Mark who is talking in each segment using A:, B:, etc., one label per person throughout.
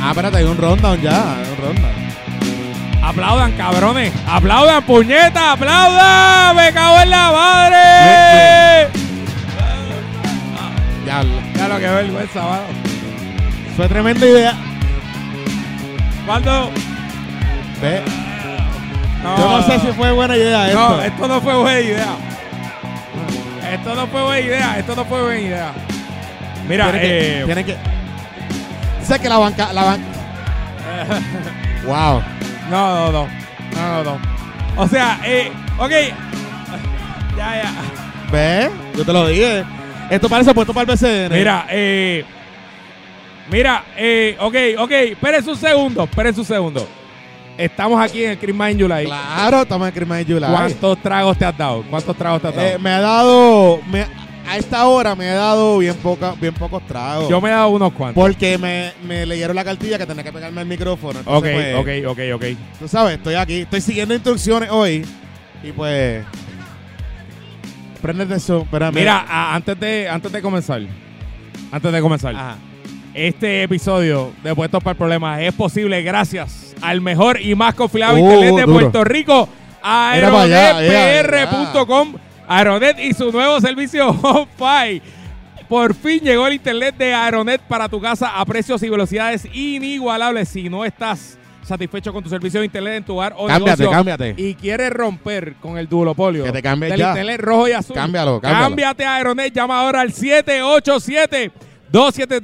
A: Ah, espérate, hay un rundown ya. Hay un rundown.
B: Aplaudan, cabrones. Aplaudan, puñeta. Aplaudan. Me cago en la
A: Ve-
B: madre.
A: Este. Ya,
B: Ya lo que vergüenza, mano.
A: fue tremenda idea.
B: ¿Cuándo?
A: Ve,
B: No,
A: Yo no sé si fue buena idea esto.
B: No, eh, esto no fue buena idea. Esto no fue buena idea. Esto no fue buena idea. Mira,
A: Tienen que,
B: eh,
A: tienen que- Sé que la banca. La banca. wow.
B: No, no, no. No, no, no. O sea, eh, ok. Ya, ya.
A: ¿Ves? Yo te lo dije. Esto parece puesto para el BCN.
B: Mira, eh. Mira, eh, ok, ok. Espérense un segundo, espérense un segundo. Estamos aquí en el Chris Mind July.
A: Claro, estamos en Crisma y July.
B: ¿Cuántos tragos te has dado? ¿Cuántos tragos te has dado?
A: Eh, me ha dado. me- a esta hora me ha dado bien, poca, bien pocos tragos.
B: Yo me he dado unos cuantos.
A: porque me, me leyeron la cartilla que tenía que pegarme el micrófono.
B: Ok,
A: Entonces, pues,
B: ok, ok, ok.
A: Tú sabes, estoy aquí, estoy siguiendo instrucciones hoy. Y pues. Prendete eso. espérame.
B: Mira, a- antes, de, antes de comenzar, antes de comenzar,
A: Ajá.
B: este episodio de Puestos para el Problema es posible gracias al mejor y más confiable
A: Uh,
B: internet de
A: duro.
B: Puerto Rico,
A: Era para allá, eh, ah,
B: aeronetpr.com. Aeronet y su nuevo servicio HomeFi. Por fin llegó el internet de Aeronet para tu casa a precios y velocidades inigualables. Si no estás satisfecho con tu servicio de internet en tu hogar o
A: Cámbiate,
B: negocio
A: cámbiate.
B: y quieres romper con el duopolio
A: Que te cambies
B: del
A: ya.
B: internet rojo y azul,
A: Cámbialo, cámbialo.
B: Cámbiate a Aeronet, llama ahora al 787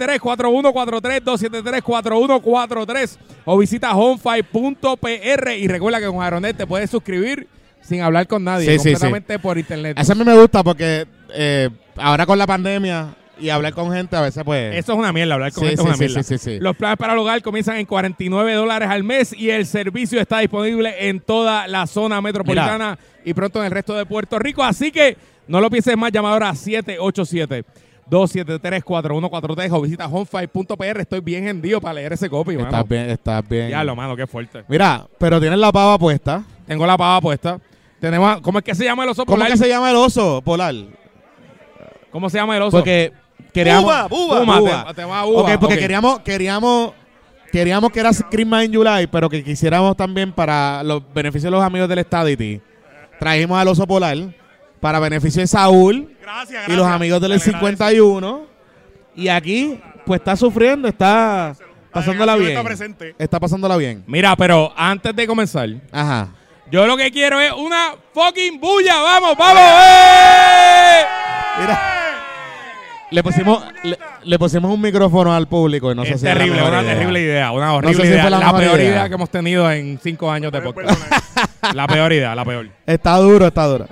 B: 273-4143, 273-4143 o visita homefy.pr y recuerda que con Aeronet te puedes suscribir sin hablar con nadie,
A: Sí, sí, sí.
B: completamente por internet.
A: Eso a mí me gusta porque eh, ahora con la pandemia y hablar con gente a veces pues...
B: Eso es una mierda, hablar con
A: Sí, sí,
B: gente es una
A: sí,
B: mierda.
A: sí, sí, sí.
B: Los planes para el hogar comienzan en 49 dólares al mes y el servicio está disponible en toda la zona metropolitana y pronto en el resto de Puerto Rico. Así que no lo pienses más, llama ahora a 787. 273-4143 o visita homefy.pr. Estoy bien hendido para leer ese copy, mano.
A: estás bien, estás bien.
B: Ya lo, mano, qué fuerte.
A: Mira, pero tienes la pava puesta.
B: Tengo la pava puesta. Tenemos, a- ¿Cómo es que se llama el oso
A: ¿Cómo
B: polar?
A: que se llama el oso polar?
B: ¿Cómo se llama el oso?
A: Porque queríamos...
B: Uva, uva,
A: Uva,
B: uva.
A: uva.
B: Te- te va a uva,
A: Ok, porque
B: ok.
A: queríamos... queríamos Queríamos que era Christmas in July, pero que quisiéramos también para los beneficios de los amigos del Stadity. Trajimos al oso polar para beneficio de Saúl
B: gracias,
A: y los amigos del 51. Y aquí, pues está sufriendo, está pasándola bien.
C: está presente.
A: Está pasándola bien.
B: Mira, pero antes de comenzar,
A: Ajá.
B: Yo lo que quiero es una fucking bulla. Vamos, vamos. ¡eh!
A: Mira. Le pusimos, le, le pusimos un micrófono al público y no sé
B: es
A: si era la
B: terrible,
A: mejor
B: una
A: idea.
B: terrible idea, una
A: sé
B: horrible
A: si
B: idea.
A: fue la
B: La,
A: mejor
B: peor idea.
A: idea
B: que hemos tenido en cinco años de podcast.
C: Perdona,
B: la peor idea, la peor.
A: Está duro, está duro.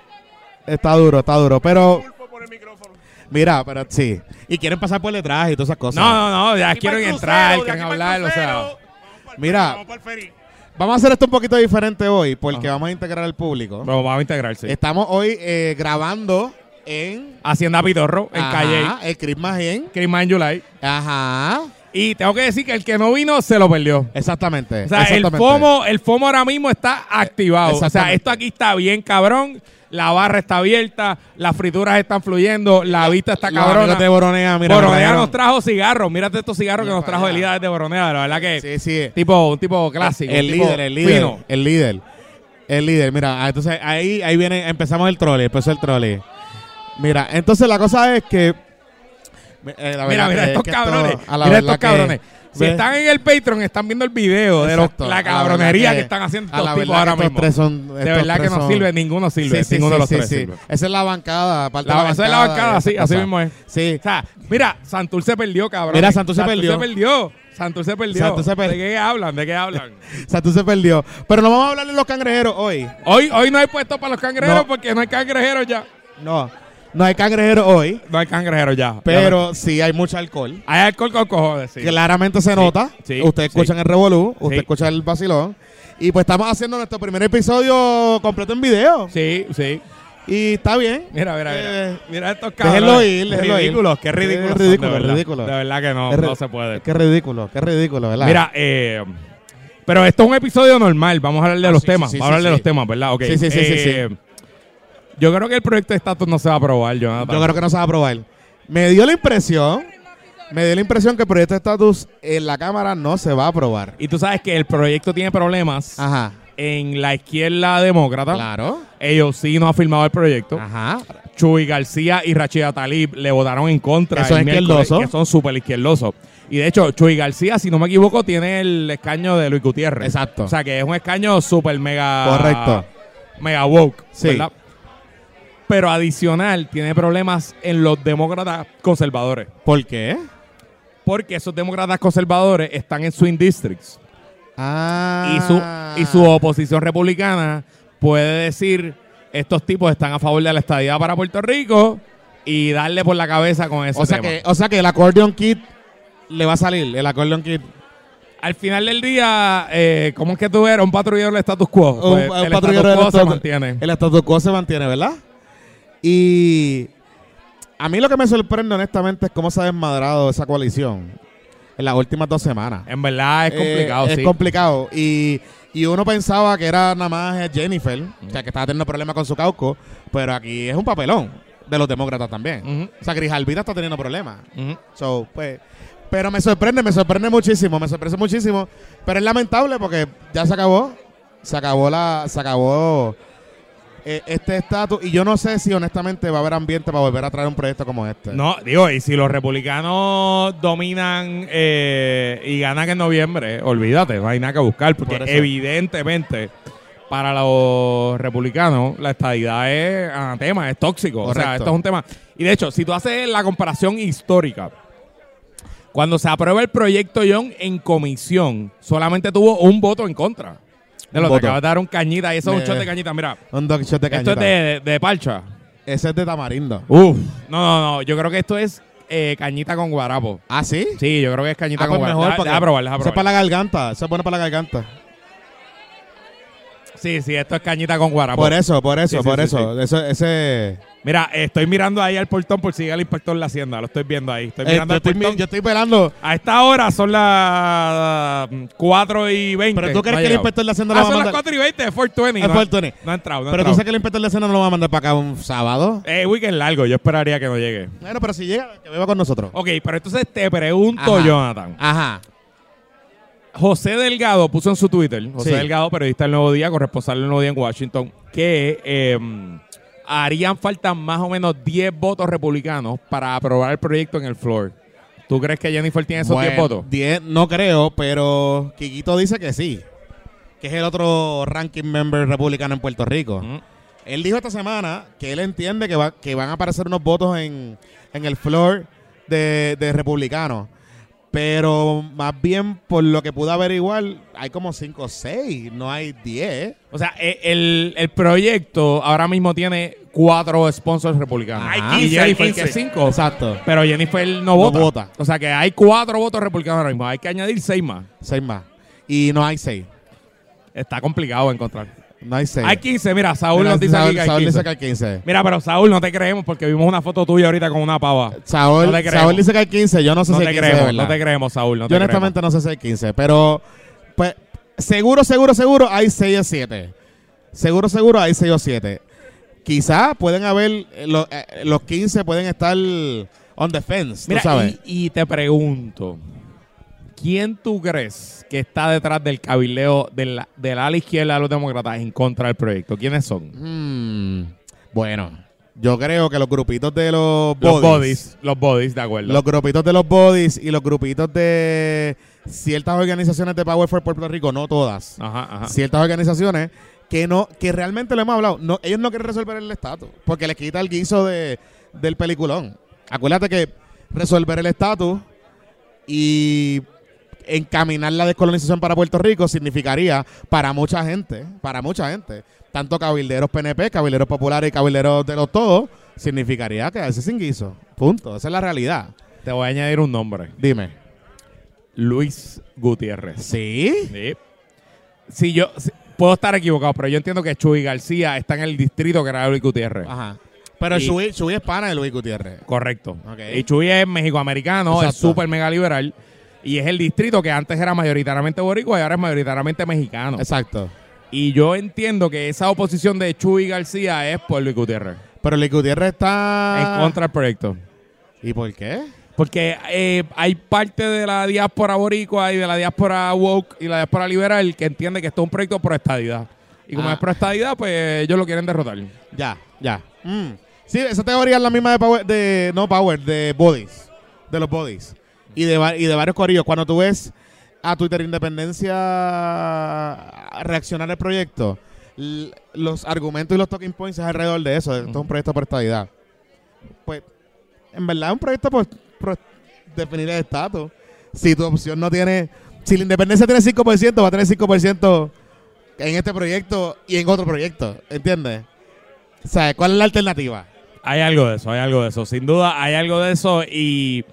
A: Está duro, está duro. Pero,
C: disculpo por el micrófono.
A: mira, pero sí. Y quieren pasar por detrás y todas esas cosas.
B: No, no, no, ya
C: Aquí
B: quieren
C: para el
B: entrar,
C: crucero, de
B: quieren
C: aquí para
B: hablar,
C: el
B: o sea.
C: crucero. Vamos para el
A: Mira.
C: ferry, Vamos para el ferry.
A: Vamos a hacer esto un poquito diferente hoy porque
B: Ajá.
A: vamos a integrar al público.
B: Pero vamos a integrarse.
A: Estamos hoy eh, grabando en...
B: Hacienda Pitorro, en
A: Ajá,
B: Calle,
A: El Christmas Inn.
B: Crisma en July.
A: Ajá.
B: Y tengo que decir que el que no vino se lo perdió.
A: Exactamente.
B: O sea, el
A: exactamente.
B: FOMO, el FOMO ahora mismo está activado. O sea,
A: Exactamente.
B: esto aquí está bien cabrón. La barra está abierta, las frituras están fluyendo, la vista está
A: Los
B: cabrona.
A: amigos de Boronea, mira.
B: Boronea
A: trajeron-
B: nos trajo cigarros. Mírate estos cigarros que
A: Mira
B: nos
A: para
B: trajo
A: allá.
B: Elías de Boronea. La verdad que
A: Sí, sí.
B: tipo, un tipo clásico.
A: el
B: un tipo
A: líder, el líder.
B: fino.
A: El líder. El líder, mira. ah, Entonces ahí, ahí viene, empezamos el trolley, empezó el trolley. Mira, entonces la cosa es que. eh, la verdad
B: Mira, mira
A: que-
B: estos
A: que esto-
B: cabrones.
A: a la
B: Mira
A: verdad
B: estos cabrones.
A: que-
B: Si
A: ve-
B: están en el Patreon, están viendo el video de los-
A: Exacto, a
B: la
A: la
B: cabronería
A: verdad
B: que,
A: que-
B: están haciendo
A: a
B: estos
A: la
B: tipos
A: verdad
B: ahora
A: que estos
B: mismo.
A: tres son-
B: de
A: estos
B: verdad que
A: tres
B: no
A: son-
B: sirve, ninguno sirve.
A: Sí, sí,
B: ninguno
A: sí,
B: de los
A: sí,
B: tres
A: sí.
B: sirve.
A: Esa es la bancada. parte de
B: La- esa es la bancada,
A: y
B: sí,
A: esas
B: así
A: cosas.
B: mismo es.
A: Sí.
B: O sea, mira, Santur se perdió, cabrón.
A: Mira, Santur se perdió.
B: se perdió. Santur se perdió.
A: Santur se per-
B: ¿De qué hablan? ¿De qué hablan?
A: O sea, tú se perdió. Pero no vamos a hablar de los cangrejeros hoy.
B: hoy, hoy no hay puesto para los cangrejeros
A: No.
B: porque no hay cangrejeros ya.
A: No, no hay cangrejeros hoy.
B: No hay cangrejeros ya.
A: Pero sí hay mucho alcohol.
B: Hay alcohol con cojones, sí.
A: Claramente se nota.
B: sí,
A: ustedes
B: sí.
A: escuchan el revolú, ustedes
B: Sí.
A: escuchan el vacilón. Y pues estamos haciendo nuestro primer episodio completo en video.
B: Sí, sí.
A: Y está bien.
B: Mira, mira, mira.
A: Eh,
B: mira estos cabrones.
A: déjenlo ir, déjenlo ir.
B: ridículos, qué ridículos.
A: Es
B: son, de
A: ridículo,
B: verdad.
A: es ridículo.
B: De verdad que no,
A: Es re-
B: no se puede.
A: Qué ridículo, qué ridículo, ¿verdad?
B: Mira, eh, pero esto es un episodio normal. Vamos a hablar de
A: Ah,
B: los
A: sí,
B: temas.
A: sí, sí,
B: Vamos a hablar de
A: sí,
B: los
A: sí.
B: temas, ¿verdad? Ok.
A: Sí, sí, sí, sí,
B: Eh, Yo creo que el proyecto de estatus no se va a aprobar, Jonathan.
A: yo creo que no se va a probar. Me dio la impresión Me dio la impresión que el proyecto de estatus en la Cámara no se va a aprobar.
B: Y tú sabes que el proyecto tiene problemas
A: Ajá.
B: en la izquierda demócrata.
A: Claro. Ah.
B: Ellos sí no han firmado el proyecto.
A: Ajá.
B: Chuy García y Rachida Talib le votaron en contra.
A: Que son
B: el miércoles,
A: izquierdosos.
B: Que son súper izquierdosos. Y de hecho, Chuy García, si no me equivoco, tiene el escaño de Luis Gutiérrez.
A: Exacto.
B: O sea, que es un escaño súper mega...
A: Correcto.
B: Mega woke,
A: Sí.
B: ¿verdad? Pero adicional, tiene problemas en los demócratas conservadores.
A: ¿Por qué?
B: Porque esos demócratas conservadores están en swing districts.
A: Ah.
B: Y, su, y su oposición republicana puede decir, estos tipos están a favor de la estadía para Puerto Rico y darle por la cabeza con ese
A: O sea,
B: tema.
A: que, o sea que el accordion kit le va a salir. El accordion kit.
B: Al final del día, eh, ¿cómo es que tú eres? Un patrullero del status quo.
A: Un-
B: Pues,
A: un
B: el
A: patrullero
B: status
A: del
B: quo se
A: estatus-
B: mantiene.
A: El status quo se mantiene, ¿verdad? Y a mí lo que me sorprende, honestamente, es cómo se ha desmadrado esa coalición en las últimas dos semanas.
B: En verdad es
A: Eh,
B: complicado,
A: Es
B: sí.
A: complicado. Y, y uno pensaba que era nada más Jennifer, o sea, que estaba teniendo problemas con su cauco, pero aquí es un papelón de los demócratas también.
B: Ujú,
A: O sea, Grijalvita está teniendo problemas.
B: ujú.
A: So, pues, pero me sorprende, me sorprende muchísimo, me sorprende muchísimo. Pero es lamentable porque ya se acabó. Se acabó la. Se acabó eh, este estatus. Y yo no sé si honestamente va a haber ambiente para volver a traer un proyecto como este.
B: No, digo, y si los republicanos dominan eh, y ganan en noviembre, olvídate, no hay nada que buscar, porque
A: Por eso.
B: evidentemente para los republicanos la estadidad es anatema, es tóxico. O sea,
A: Correcto.
B: esto es un tema. Y de hecho, si tú haces la comparación histórica, cuando se aprueba el proyecto Young en comisión, solamente tuvo un voto en contra. De
A: Un
B: lo que
A: voto.
B: acabas de dar un cañita, y eso es un
A: Eh,
B: shot de cañita. Mira,
A: Un dog shot de
B: esto es
A: cañita.
B: de- Uh. de- de parcha.
A: Ese es de tamarindo.
B: Uf. No, no, no. Yo creo que esto es eh, cañita con guarapo.
A: ¿Ah, sí?
B: Sí, yo creo que es cañita
A: Ah,
B: con
A: pues
B: guarapo.
A: mejor
B: Deja-
A: porque
B: deja probar, deja
A: Eso es
B: probar.
A: para
B: Ah,
A: la garganta. Eso es bueno para la garganta.
B: Sí, sí, esto es cañita con guarapo.
A: Por e- eso, por eso,
B: pues. Sí, sí,
A: por eso.
B: sí,
A: Eso- Ese.
B: Mira, eh, estoy mirando ahí al portón por si llega el inspector de la hacienda. Lo estoy viendo ahí. Estoy
A: Eh,
B: mirando
A: yo,
B: al
A: estoy,
B: portón.
A: mi- yo estoy velando.
B: A esta hora son las mm, 4 y 20.
A: Pero tú crees
B: No ha
A: que el
B: llegado.
A: inspector de Hacienda
B: Ah,
A: lo va a
B: son las
A: mandar.
B: 4 y 20 de 420.
A: Es
B: no, ha-
A: 420.
B: no ha entrado, no ha
A: Pero tú
B: entrado.
A: sabes que el inspector de la Hacienda no lo va a mandar para acá un sábado.
B: Eh, weekend largo. Yo esperaría que no llegue.
A: Bueno, pero si llega, que viva con nosotros.
B: Ok, pero entonces te pregunto,
A: Ajá.
B: Jonathan.
A: Ajá.
B: José Delgado puso en su Twitter, José
A: Sí.
B: Delgado, periodista del Nuevo Día, corresponsal del Nuevo Día en Washington, que eh, harían falta más o menos 10 votos republicanos para aprobar el proyecto en el floor. ¿Tú crees que Jennifer tiene esos 10 votos?
A: 10, no creo, pero Quiquito dice que sí. Que es el otro ranking member republicano en Puerto Rico.
B: Mm.
A: Él dijo esta semana que él entiende que, va- que van a aparecer unos votos en, en el floor de, de republicanos. Pero más bien, por lo que pude averiguar, hay como 5 o 6, no hay 10.
B: O sea, eh, el, el proyecto ahora mismo tiene cuatro sponsors republicanos.
A: Hay
B: Ajá.
C: 15,
B: y Jennifer
C: hay 15.
B: que cinco.
A: Exacto,
B: Pero Jennifer no vota.
A: vota.
B: O sea que hay cuatro votos republicanos ahora mismo. Hay que añadir seis más.
A: 6 más. Y no hay 6.
B: Está complicado encontrar.
A: No hay 6.
B: Hay 15, mira, Saúl nos dice aquí que hay 15.
A: dice que hay 15.
B: Mira, pero Saúl, no te creemos porque vimos una foto tuya ahorita con una pava.
A: Saúl,
B: No te creemos.
A: Saúl dice que hay 15, yo no sé
B: No
A: si
B: te
A: hay 15 de
B: creemos,
A: verdad.
B: no te creemos, Saúl. No te
A: yo honestamente no sé si hay 15, pero pues, seguro, seguro, seguro hay 6 o 7. Seguro, seguro hay 6 o 7. Quizás pueden haber, eh, lo- eh, los 15 pueden estar on the fence,
B: creemos. Mira,
A: tú sabes.
B: Y, y te pregunto, ¿quién tú crees que está detrás del cabileo del la- del ala izquierda de los demócratas en contra del proyecto? ¿Quiénes son?
A: Mm, bueno, yo creo que los grupitos de los
B: Los
A: bodies,
B: bodies, los bodies, de acuerdo.
A: los grupitos de los bodies y los grupitos de ciertas organizaciones de Power for Puerto Rico, no todas.
B: Ajá, ajá.
A: ciertas organizaciones que no que realmente lo hemos hablado no ellos no quieren resolver el estatus porque les quita el guiso de, del peliculón acuérdate que resolver el estatus y encaminar la descolonización para Puerto Rico significaría para mucha gente para mucha gente tanto cabilderos PNP cabilderos populares y cabilderos de los todos significaría quedarse sin guiso punto esa es la realidad
B: Te voy a añadir un nombre.
A: dime
B: Luis Gutiérrez.
A: sí
B: Sí. Si yo... si- puedo estar equivocado, pero yo entiendo que Chuy García está en el distrito que era Luis Gutiérrez.
A: ajá pero
B: Y-
A: Chuy, Chuy es pana de Luis Gutiérrez
B: Correcto.
A: Ok.
B: Y Chuy es mexicoamericano, es
A: Exacto.
B: súper mega liberal. Y es el distrito que antes era mayoritariamente boricua y ahora es mayoritariamente mexicano.
A: exacto
B: Y yo entiendo que esa oposición de Chuy García es por Luis Gutiérrez.
A: Pero Luis Gutiérrez está
B: En contra del proyecto.
A: ¿Y por qué?
B: Porque eh, hay parte de la diáspora boricua y de la diáspora woke y la diáspora liberal que entiende que esto es un proyecto pro estadidad. Y como
A: Ah.
B: es pro estadidad, pues ellos lo quieren derrotar.
A: Ya, ya. Mm. Sí, esa teoría es la misma de Power, de, no Power, de Bodies, de los Bodies. Y de, va- y de varios corillos. Cuando tú ves a Twitter Independencia reaccionar al proyecto, l- los argumentos y los talking points es alrededor de eso. de Esto es un proyecto por estabilidad. Pues, en verdad es un proyecto por, por definir el estatus. Si tu opción no tiene... Si la independencia tiene 5%, va a tener 5% en este proyecto y en otro proyecto. ¿Entiendes? O sea, ¿cuál es la alternativa?
B: Hay algo de eso, hay algo de eso. Sin duda, hay algo de eso. Y,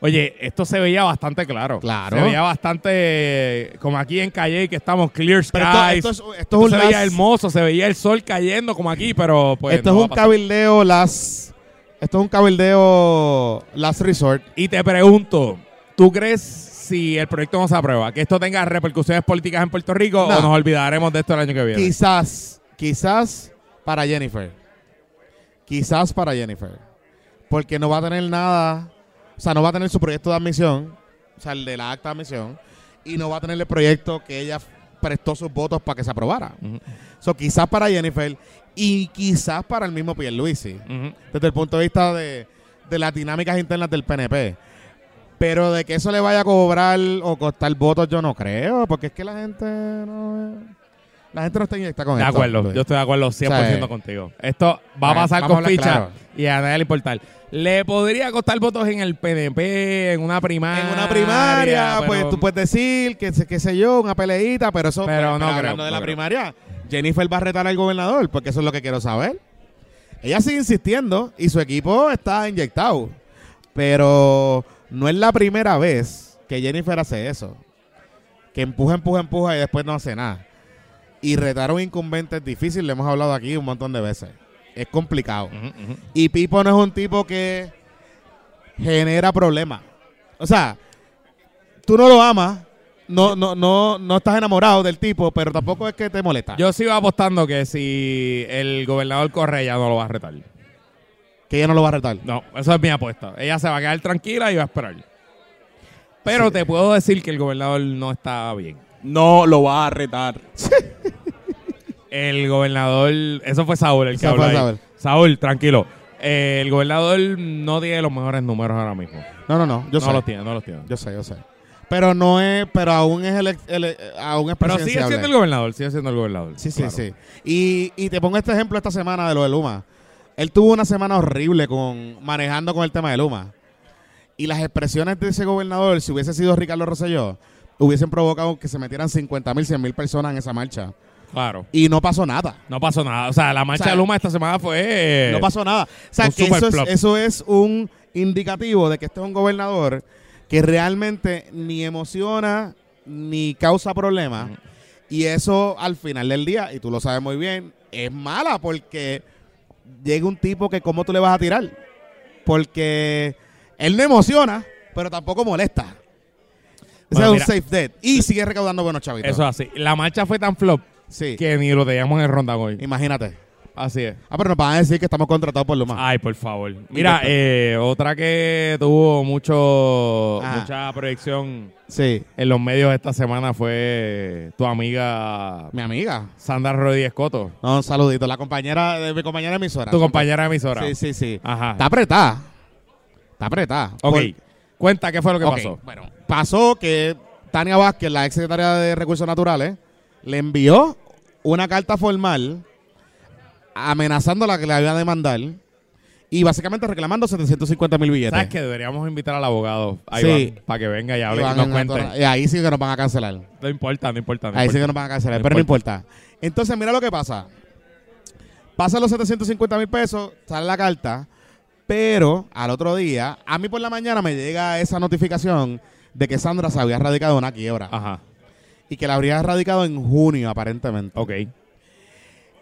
B: oye, esto se veía bastante claro.
A: Claro.
B: Se veía bastante, como aquí en Calle, que estamos clear skies.
A: Pero esto, esto es, esto es
B: Esto
A: un
B: se
A: las-
B: veía hermoso, se veía el sol cayendo como aquí, pero pues
A: esto
B: no
A: es
B: va
A: un
B: a pasar.
A: cabildeo las esto es un cabildeo last resort.
B: Y te pregunto, ¿tú crees si el proyecto no se aprueba, que esto tenga repercusiones políticas en Puerto Rico
A: No.
B: o nos olvidaremos de esto el año que viene?
A: Quizás, quizás para Jennifer. Quizás para Jennifer. Porque no va a tener nada, o sea, no va a tener su proyecto de admisión, o sea, el de la acta de admisión, y no va a tener el proyecto que ella prestó sus votos para que se aprobara.
B: Ujú.
A: So, quizás para Jennifer y quizás para el mismo Pierluisi.
B: Ujú.
A: desde el punto de vista de, de las dinámicas internas del PNP. Pero de que eso le vaya a cobrar o costar votos, yo no creo, porque es que la gente no la gente no está inyecta con
B: De
A: esto,
B: acuerdo,
A: Luis.
B: yo estoy de acuerdo 100%
A: O sea,
B: contigo. Esto va a
A: vamos
B: pasar
A: a
B: con
A: hablar
B: ficha
A: claro.
B: y a nadie le importa. Le podría costar votos en el PNP, en una primaria.
A: en una primaria, pues
B: pero-
A: tú puedes decir que se- qué sé yo, una peleita, pero eso
B: Pero no creo,
A: hablando de
B: no
A: la
B: creo.
A: primaria, Jennifer va a retar al gobernador, porque eso es lo que quiero saber. Ella sigue insistiendo y su equipo está inyectado. Pero no es la primera vez que Jennifer hace eso. Que empuja, empuja, empuja y después no hace nada. Y retar a un incumbente es difícil, le hemos hablado aquí un montón de veces. Es complicado.
B: Ujú, ujú.
A: Y Pipo no es un tipo que genera problemas. O sea, tú no lo amas, no, no, no, no estás enamorado del tipo, pero tampoco es que te molesta.
B: Yo sigo apostando que si el gobernador corre, ya no lo va a retar.
A: que ella no lo va a retar.
B: No, eso es mi apuesta. Ella se va a quedar tranquila y va a esperar. Pero te puedo decir que el gobernador no está bien.
C: No lo va a retar.
B: El gobernador, eso fue Saúl el que
A: Eso
B: habló
A: fue
B: ahí. Saúl.
A: Saúl.
B: tranquilo. Eh, el gobernador no tiene los mejores números ahora mismo.
A: No, no, no. Yo
B: no
A: sé.
B: los tiene, no los tiene.
A: Yo sé, yo sé. Pero no es, pero aún es el, ex- el- eh, aún es
B: Pero sigue
A: presidenciable.
B: siendo el gobernador, sigue siendo el gobernador.
A: Sí, sí,
B: claro.
A: sí. Y, y te pongo este ejemplo esta semana de lo de Luma. Él tuvo una semana horrible con manejando con el tema de Luma. Y las expresiones de ese gobernador, si hubiese sido Ricardo Rosselló, hubiesen provocado que se metieran 50 mil, 100 mil personas en esa marcha.
B: Claro.
A: Y no pasó nada.
B: No pasó nada. O sea, la marcha
A: O sea,
B: de Luma esta semana fue.
A: No pasó nada. O sea,
B: Eh, un
A: que eso es,
B: superflop.
A: eso es un indicativo de que este es un gobernador que realmente ni emociona ni causa problemas. Y eso al final del día, y tú lo sabes muy bien, es mala porque llega un tipo que cómo tú le vas a tirar. Porque él no emociona, pero tampoco molesta. Ese
B: Bueno,
A: es un
B: mira.
A: safe dead. Y sigue recaudando buenos chavitos.
B: Eso es así. La marcha fue tan flop
A: Sí.
B: que ni lo teníamos en el ronda hoy.
A: Imagínate.
B: Así es.
A: Ah, pero nos van a decir que estamos contratados por Luma.
B: Ay, por favor. Mira,
A: Perfecto.
B: eh, otra que tuvo mucho
A: Ajá.
B: mucha proyección
A: Sí.
B: en los medios esta semana fue tu amiga
A: Mi amiga.
B: Sandra Rodríguez Coto,
A: No, un saludito. La compañera de mi compañera de emisora.
B: tu compañera de emisora.
A: Sí, sí, sí.
B: Ajá.
A: Está apretada. Está apretada.
B: ok.
A: Por-
B: Cuenta qué fue lo que
A: Ok,
B: pasó.
A: Bueno, pasó que Tania Vázquez, la ex secretaria de Recursos Naturales, le envió una carta formal amenazándola que la iba a demandar y básicamente reclamando 750 mil billetes.
B: ¿Sabes que deberíamos invitar al abogado ahí
A: Sí.
B: va, para que venga y
A: Y
B: hable y
A: van
B: nos
A: a-
B: cuente?
A: y ahí sí que nos van a cancelar.
B: No importa, no importa. no
A: Ahí sí que
B: importa.
A: nos van a cancelar,
B: No
A: pero no importa. Entonces, mira lo que pasa. Pasan los 750 mil pesos, sale la carta, pero al otro día, a mí por la mañana me llega esa notificación de que Sandra se había radicado una quiebra
B: Ajá.
A: y que la habría radicado en junio, aparentemente.
B: Ok.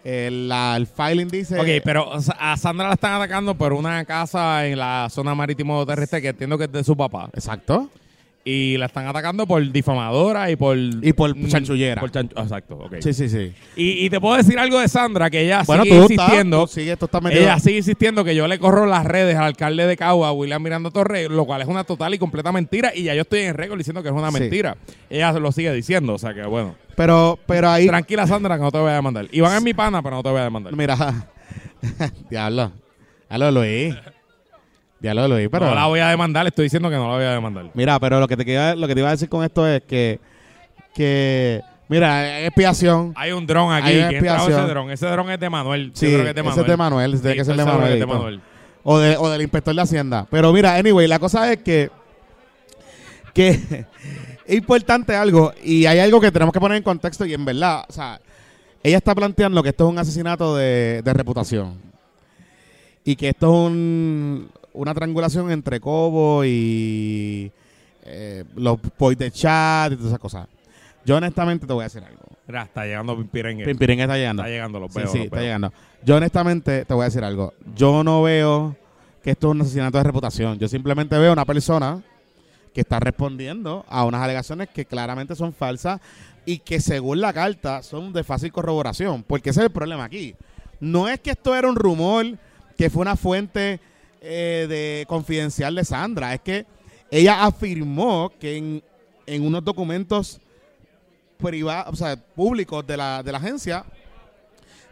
A: El, la- el filing dice...
B: Ok, pero o sea, a Sandra la están atacando por una casa en la zona marítimo terrestre que entiendo que es de su papá.
A: Exacto.
B: Y la están atacando por difamadora y por... Mm,
A: Y por chanchullera.
B: Por chanchu- exacto, ok.
A: Sí, sí, sí.
B: Y, y te puedo decir algo de Sandra, que ella
A: Bueno,
B: sigue
A: tú
B: insistiendo...
A: estás, tú sigues, tú estás metido.
B: Ella sigue insistiendo que yo le corro las redes al alcalde de Cagua, William Miranda Torres, lo cual es una total y completa mentira. Y ya yo estoy en récord diciendo que es una
A: Sí.
B: mentira. Ella lo sigue diciendo, o sea que bueno.
A: Pero, pero ahí,
B: Tranquila, Sandra, que no te voy a demandar. Iván es mi pana, pero no te voy a demandar.
A: mira, diablo, diablo Luis, diablo Luis, pero...
B: no la voy a demandar, estoy diciendo que no la voy a demandar.
A: Mira, pero lo que, te quería- lo que te iba a decir con esto es que, que mira, es expiación.
B: Hay un dron aquí.
A: Hay una
B: ¿Quién trajo ese
A: expiación.
B: dron? Ese dron es de Manuel. Yo
A: Sí,
B: creo que es de
A: ese
B: Manuel.
A: es de Manuel, tiene
B: Sí,
A: que ser de
B: estoy seguro que es de
A: Manuelito.
B: Manuel.
A: O, de- o del inspector de Hacienda. Pero mira, anyway, la cosa es que, que es importante algo y hay algo que tenemos que poner en contexto y en verdad, o sea, ella está planteando que esto es un asesinato de, de reputación y que esto es un- una triangulación entre Cobo y eh, los boys de chat y todas esas cosas. Yo honestamente te voy a decir algo.
B: Mira, está llegando Pimpirengue.
A: Pimpirín está llegando.
B: Está llegando, los
A: Sí,
B: veo.
A: sí,
B: los
A: está
B: veo.
A: llegando. Yo honestamente te voy a decir algo. Yo no veo que esto es un asesinato de reputación. Yo simplemente veo una persona que está respondiendo a unas alegaciones que claramente son falsas y que según la carta son de fácil corroboración, porque ese es el problema aquí. No es que esto era un rumor, que fue una fuente eh, de confidencial de Sandra, es que ella afirmó que en, en unos documentos privados, o sea, públicos de la, de la agencia,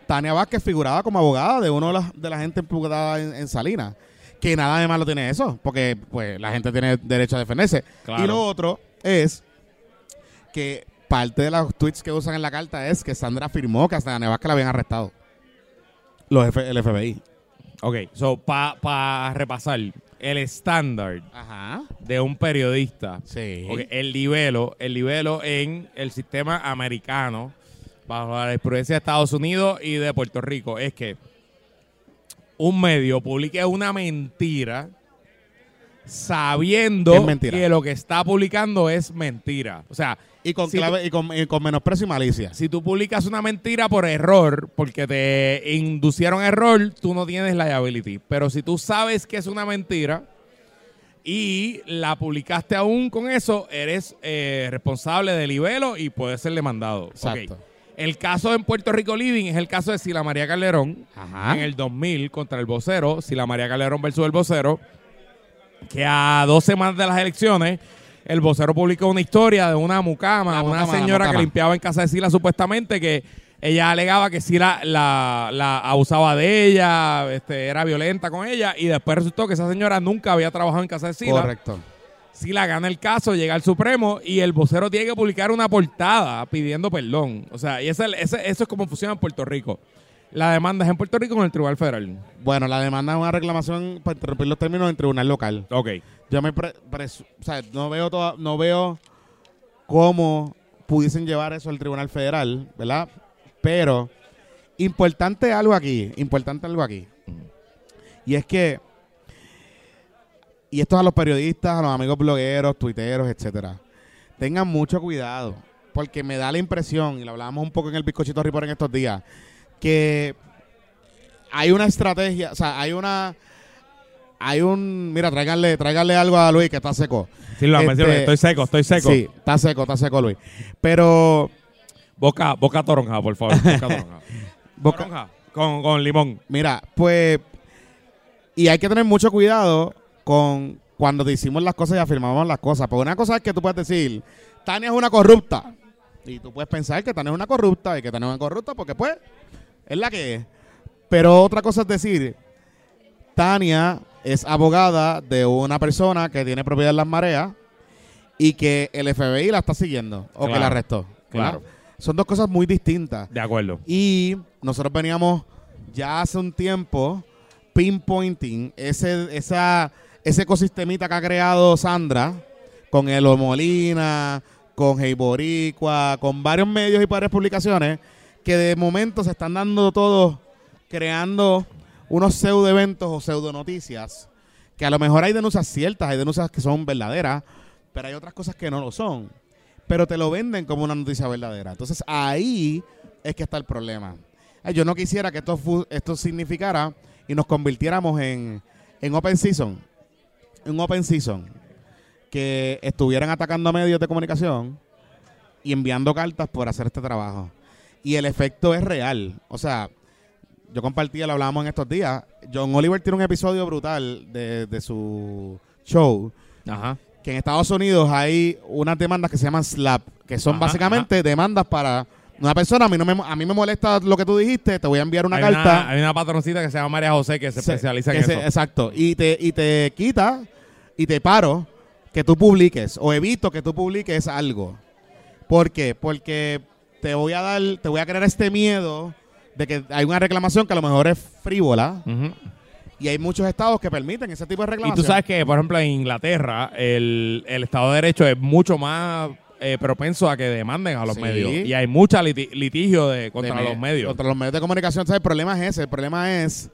A: Tania Vázquez figuraba como abogada de uno de, las- de la gente imputada en, en Salinas. Que nada de malo tiene eso, porque pues la gente tiene derecho a defenderse.
B: Claro.
A: Y lo otro es que parte de los tweets que usan en la carta es que Sandra afirmó que a Tania Vázquez la habían arrestado. Los F- el FBI.
B: Ok, so, para repasar, el estándar
A: Ajá.
B: de un periodista,
A: Sí.
B: ok, el libelo, el libelo en el sistema americano, bajo la jurisprudencia de Estados Unidos y de Puerto Rico, es que un medio publique una mentira sabiendo
A: Es mentira.
B: que lo que está publicando es mentira. O sea,
A: Y con,
B: si
A: clave- y con, y con menosprecio y malicia.
B: si tú publicas una mentira por error, porque te inducieron error, tú no tienes liability. Pero si tú sabes que es una mentira y la publicaste aún con eso, eres eh, responsable del libelo y puedes ser demandado.
A: Exacto.
B: Ok. El caso en Puerto Rico Living es el caso de Sila María Calderón
A: Ajá.
B: en el 2000 contra el vocero, Sila María Calderón versus el vocero, que a dos semanas de las elecciones el vocero publicó una historia de una mucama,
A: La
B: una
A: mucama, la
B: señora que
A: mucama.
B: limpiaba en casa de Sila supuestamente que ella alegaba que Sila la, la abusaba de ella, este, era violenta con ella y después resultó que esa señora nunca había trabajado en casa de Sila.
A: Correcto.
B: Sila gana el caso, llega al Supremo y el vocero tiene que publicar una portada pidiendo perdón. O sea, y ese- ese- eso es como funciona en Puerto Rico. La demanda es en Puerto Rico con el Tribunal Federal.
A: Bueno, la demanda es una reclamación para interrumpir los términos en tribunal local.
B: Ok.
A: Yo me pre- presu- o sea, no veo toda- no veo cómo pudiesen llevar eso al tribunal federal, ¿verdad? Pero importante algo aquí, importante algo aquí. Y es que y esto es a los periodistas, a los amigos blogueros, tuiteros, etcétera. Tengan mucho cuidado, porque me da la impresión, y lo hablábamos un poco en el bizcochito report en estos días, que hay una estrategia, o sea, hay una hay un, mira, tráiganle, tráiganle algo a Luis que está seco.
B: Sí, lo
A: Este,
B: mencioné, estoy seco, estoy seco.
A: Sí, está seco, está seco Luis. Pero
B: Boca, boca toronja, por favor. Boca toronja.
A: Boca-
B: Toronja con, con limón.
A: Mira, pues. Y hay que tener mucho cuidado con cuando decimos las cosas y afirmamos las cosas. Porque una cosa es que tú puedes decir, Tania es una corrupta. Y tú puedes pensar que Tania es una corrupta y que Tania es una corrupta porque, pues, es la que es. Pero otra cosa es decir, Tania es abogada de una persona que tiene propiedad en las mareas y que el FBI la está siguiendo o que
B: Claro,
A: la arrestó. ¿verdad?
B: claro.
A: Son dos cosas muy distintas.
B: De acuerdo.
A: Y nosotros veníamos ya hace un tiempo pinpointing ese, esa, ese ecosistemita que ha creado Sandra con Elo Molina, con Hey Boricua, con varios medios y varias publicaciones que de momento se están dando todos creando unos pseudo eventos o pseudo noticias que a lo mejor hay denuncias ciertas, hay denuncias que son verdaderas, pero hay otras cosas que no lo son. Pero te lo venden como una noticia verdadera. Entonces ahí es que está el problema. Ay, Yo no quisiera que esto, fu- esto significara y nos convirtiéramos en, en Open Season. En Open Season. que estuvieran atacando a medios de comunicación y enviando cartas por hacer este trabajo. Y el efecto es real. O sea, yo compartía, lo hablábamos en estos días. John Oliver tiene un episodio brutal de, de su show
B: Ajá.
A: que en Estados Unidos hay unas demandas que se llaman slap, que son
B: Ajá,
A: básicamente demandas para una persona, a mí, no me, a mí me molesta lo que tú dijiste, te voy a enviar una
B: hay
A: carta.
B: Una, hay una patroncita que se llama María José que se,
A: se-
B: especializa en
A: que se-
B: eso.
A: Exacto. Y te, y te quita y te paro que tú publiques o evito que tú publiques algo. ¿Por qué? Porque te voy a dar, te voy a crear este miedo de que hay una reclamación que a lo mejor es frívola
B: Ujú.
A: y hay muchos estados que permiten ese tipo de
B: Y
A: reclamación.
B: tú sabes que, por ejemplo, en Inglaterra el, el Estado de Derecho es mucho más eh, propenso a que demanden a los
A: Sí.
B: medios. Y hay mucha liti- litigio de,
A: de
B: contra
A: me-
B: los medios.
A: Contra los medios de comunicación. Entonces, el problema es ese. El problema es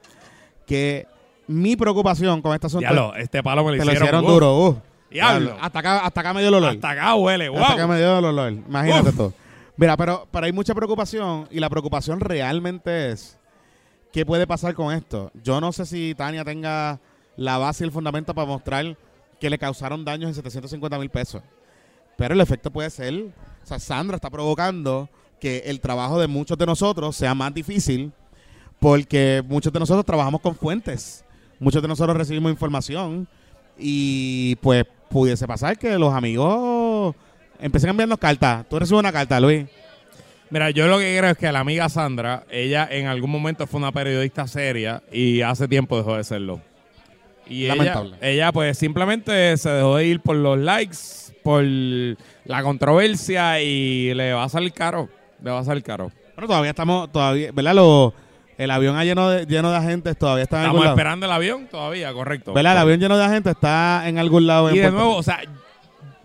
A: que mi preocupación con esta asunto
B: Diablo, este palo me lo
A: te
B: hicieron,
A: lo hicieron
B: uf,
A: duro. uh.
B: Diablo.
A: Hasta acá, hasta acá me dio el olor.
B: Hasta acá huele, wow.
A: Hasta que me dio el olor. Imagínate
B: Uf.
A: todo. Mira, pero, pero hay mucha preocupación y la preocupación realmente es ¿qué puede pasar con esto? Yo no sé si Tania tenga la base y el fundamento para mostrar que le causaron daños en 750 mil pesos. Pero el efecto puede ser, o sea, Sandra está provocando que el trabajo de muchos de nosotros sea más difícil porque muchos de nosotros trabajamos con fuentes, muchos de nosotros recibimos información y pues pudiese pasar que los amigos empiecen a enviarnos cartas. Tú recibes una carta, Luis.
B: Mira, yo lo que creo es que la amiga Sandra, ella en algún momento fue una periodista seria y hace tiempo dejó de serlo. Y ella-
A: Lamentable.
B: Ella, pues simplemente se dejó de ir por los likes, por la controversia y le va a salir caro. Le va a salir caro.
A: Bueno, todavía estamos, todavía, ¿verdad? Lo- el avión ha lleno de, lleno de agentes, todavía está en
B: Estamos
A: algún lado.
B: esperando el avión todavía, correcto.
A: ¿Verdad? El avión lleno de agentes está en algún lado. en
B: Y de
A: Puerto
B: nuevo, o sea,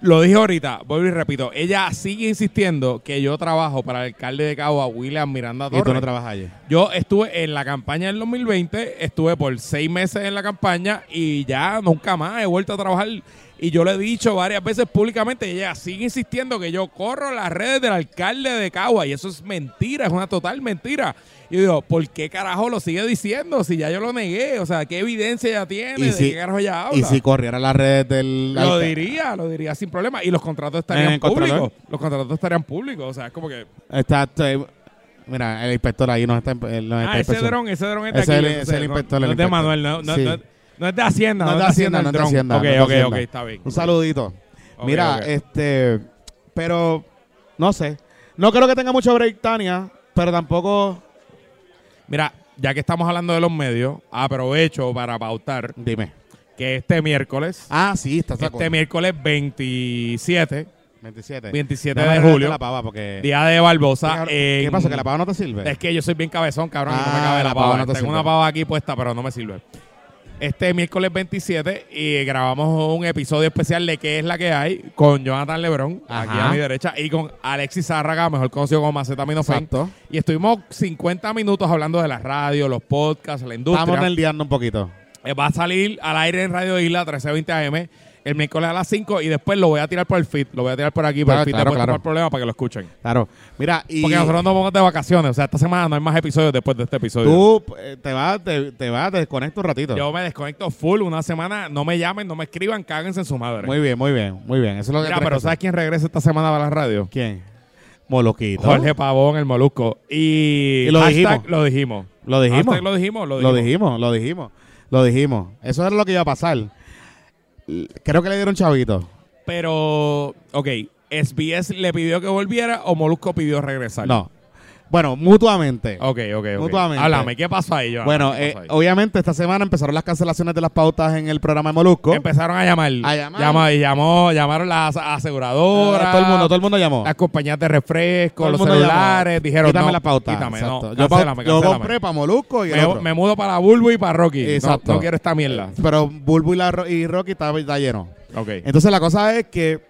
B: lo dije ahorita, vuelvo y repito, ella sigue insistiendo que yo trabajo para el alcalde de Cagua, William Miranda
A: Rico. Y
B: Torres.
A: tú no trabajas allí.
B: Yo estuve en la campaña del 2020, estuve por seis meses en la campaña y ya nunca más he vuelto a trabajar. Y yo le he dicho varias veces públicamente, y ella sigue insistiendo que yo corro las redes del alcalde de Cagua y eso es mentira, es una total mentira. Y yo digo, ¿por qué carajo lo sigue diciendo si ya yo lo negué? O sea, ¿qué evidencia ya tiene?
A: Y
B: ¿De
A: si-
B: qué carajo ya habla?
A: Y si corriera las redes del...
B: lo
A: alca-
B: diría, lo diría sin problema. Y los contratos
A: En
B: estarían
A: el contrato.
B: públicos. Los contratos estarían públicos. O sea, es como que...
A: Está, eh, mira, el inspector ahí nos está... él nos está
B: Ah, ese
A: inspeccionando.
B: dron, ese dron es de
A: Ese es el-
B: aquí. yo no
A: ese
B: sé,
A: es el
B: no-
A: inspector,
B: No,
A: el
B: es de
A: inspector.
B: Manuel, no, no,
A: Sí.
B: no- no es de Hacienda. No, es de Hacienda,
A: no
B: el
A: es de
B: dron.
A: Hacienda,
B: Ok,
A: no es de
B: ok,
A: Hacienda.
B: ok, está bien.
A: Un saludito.
B: Ok,
A: Mira,
B: ok.
A: este. Pero, no sé. No creo que tenga mucho break, Tania, pero tampoco.
B: Mira, ya que estamos hablando de los medios, aprovecho para pautar
A: Dime.
B: que este miércoles,
A: Ah, sí, está saco.
B: este miércoles 27,
A: 27.
B: 27
A: Déjame
B: de
A: arreglarte
B: julio,
A: La pava porque.
B: día de Barbosa.
A: ¿Qué
B: en-
A: pasa? ¿Que la pava no te sirve?
B: Es que yo soy bien cabezón, cabrón, y no me
A: Ah,
B: cabe la
A: la
B: pava.
A: pava no te
B: Tengo
A: sirve.
B: una pava aquí puesta, pero no me sirve. Este miércoles 27 y grabamos un episodio especial de ¿Qué es la que hay? con Jonathan Lebrón, aquí
A: Ajá.
B: a mi derecha, y con Alexis Zárraga, mejor conocido como Maceta Minofen.
A: Exacto.
B: Y estuvimos 50 minutos hablando de la radio, los podcasts, la industria.
A: Estamos nerdeando un poquito.
B: Eh, Va a salir al aire en Radio Isla 1320 AM el miércoles a las 5 y después lo voy a tirar por el feed. Lo voy a tirar por aquí, por
A: Claro,
B: el feed.
A: claro,
B: después
A: claro.
B: no hay problema para que lo escuchen.
A: Claro. Mira, y.
B: Porque nosotros nos vamos de vacaciones. O sea, esta semana no hay más episodios después de este episodio.
A: Tú eh, te vas, te, te vas, te desconectas un ratito.
B: Yo me desconecto full una semana. No me llamen, no me escriban, cáguense en su madre.
A: Muy bien, muy bien, muy bien. Eso es lo que
B: Mira,
A: tienes
B: pero
A: que
B: ¿sabes quién regresa esta semana para la radio?
A: hacer. ¿Quién? Moloquito.
B: Jorge Pavón, el Molusco. Y,
A: Y lo
B: hashtag
A: dijimos.
B: lo dijimos.
A: Lo dijimos.
B: Hashtag lo dijimos, lo
A: Lo
B: dijimos.
A: dijimos, lo dijimos, lo dijimos. Eso era lo que iba a pasar. L- Creo que le dieron chavito.
B: Pero, ok, SBS le pidió que volviera o Molusco pidió regresar.
A: No. Bueno, mutuamente.
B: Ok, ok, ok.
A: Mutuamente.
B: Háblame, ¿qué pasó ahí, Joan?
A: Bueno,
B: ¿Qué
A: eh,
B: pasó ahí?
A: obviamente esta semana empezaron las cancelaciones de las pautas en el programa de Molusco.
B: empezaron a llamar.
A: A llamar.
B: Llamó, y llamó, llamaron las as- aseguradoras.
A: Ah, todo el mundo, todo el mundo llamó.
B: Las compañías de refresco,
A: Todo el
B: los
A: mundo llamó.
B: celulares, dijeron
A: quítame
B: no,
A: la pauta.
B: Quítame, no,
A: Exacto. yo,
B: cancélame,
A: pau- yo
B: cancélame.
A: compré para Molusco y el
B: me,
A: otro.
B: me mudo para Bulbo y para Rocky. No-
A: Exacto.
B: No, quiero esta mierda.
A: Pero Bulbo y, la Ro- y Rocky está, está lleno.
B: Ok.
A: Entonces la cosa es que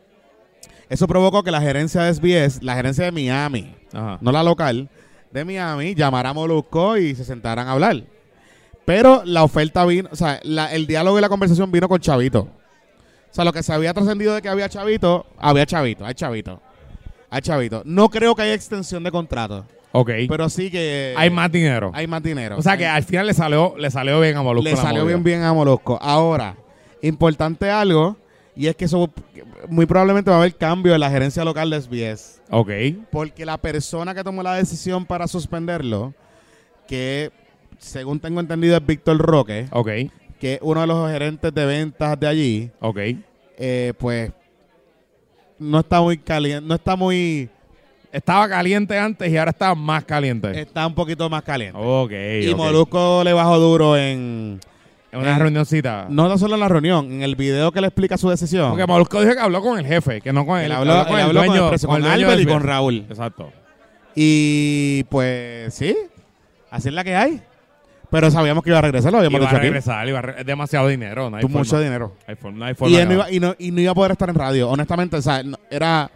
A: eso provocó que la gerencia de SBS, la gerencia de Miami,
B: Ajá.
A: no la local, de Miami, llamara a Molusco y se sentaran a hablar. Pero la oferta vino, o sea, la- el diálogo y la conversación vino con Chavito. O sea, lo que se había trascendido de que había Chavito, había Chavito, hay Chavito. Hay Chavito. No creo que haya extensión de contrato,
B: Ok.
A: pero sí que
B: Hay más dinero.
A: hay más dinero.
B: o sea que
A: Hay-
B: al final le salió, le salió bien a Molusco.
A: le
B: la
A: salió
B: movida.
A: bien bien a Molusco. Ahora, importante algo Y es que eso muy probablemente va a haber cambio en la gerencia local de SBS.
B: Ok.
A: Porque la persona que tomó la decisión para suspenderlo, que según tengo entendido es Víctor Roque,
B: Ok.
A: que es uno de los gerentes de ventas de allí,
B: Ok.
A: eh, pues no está muy caliente, no está muy,
B: Estaba caliente antes y ahora está más caliente.
A: está un poquito más caliente.
B: ok.
A: Este. y
B: ok.
A: Molusco le bajó duro en,
B: En una reunioncita.
A: no tan solo en la reunión, en el video que le explica su decisión.
B: Porque Molusco dijo que habló con el jefe, que no con el
A: él habló, él habló con, el preso- con
B: el dueño
A: Albert y
B: del-
A: con Raúl.
B: Exacto.
A: Y pues sí, así es la que hay. Pero sabíamos que iba a regresar, lo habíamos
B: Iba a
A: dicho aquí.
B: regresar, iba a re- es demasiado dinero. No hay
A: Tú
B: forma.
A: mucho dinero.
B: Hay forma- no hay
A: Y
B: forma
A: él no
B: que-
A: iba, y, no, y no iba a poder estar en radio, honestamente. O sea, no- era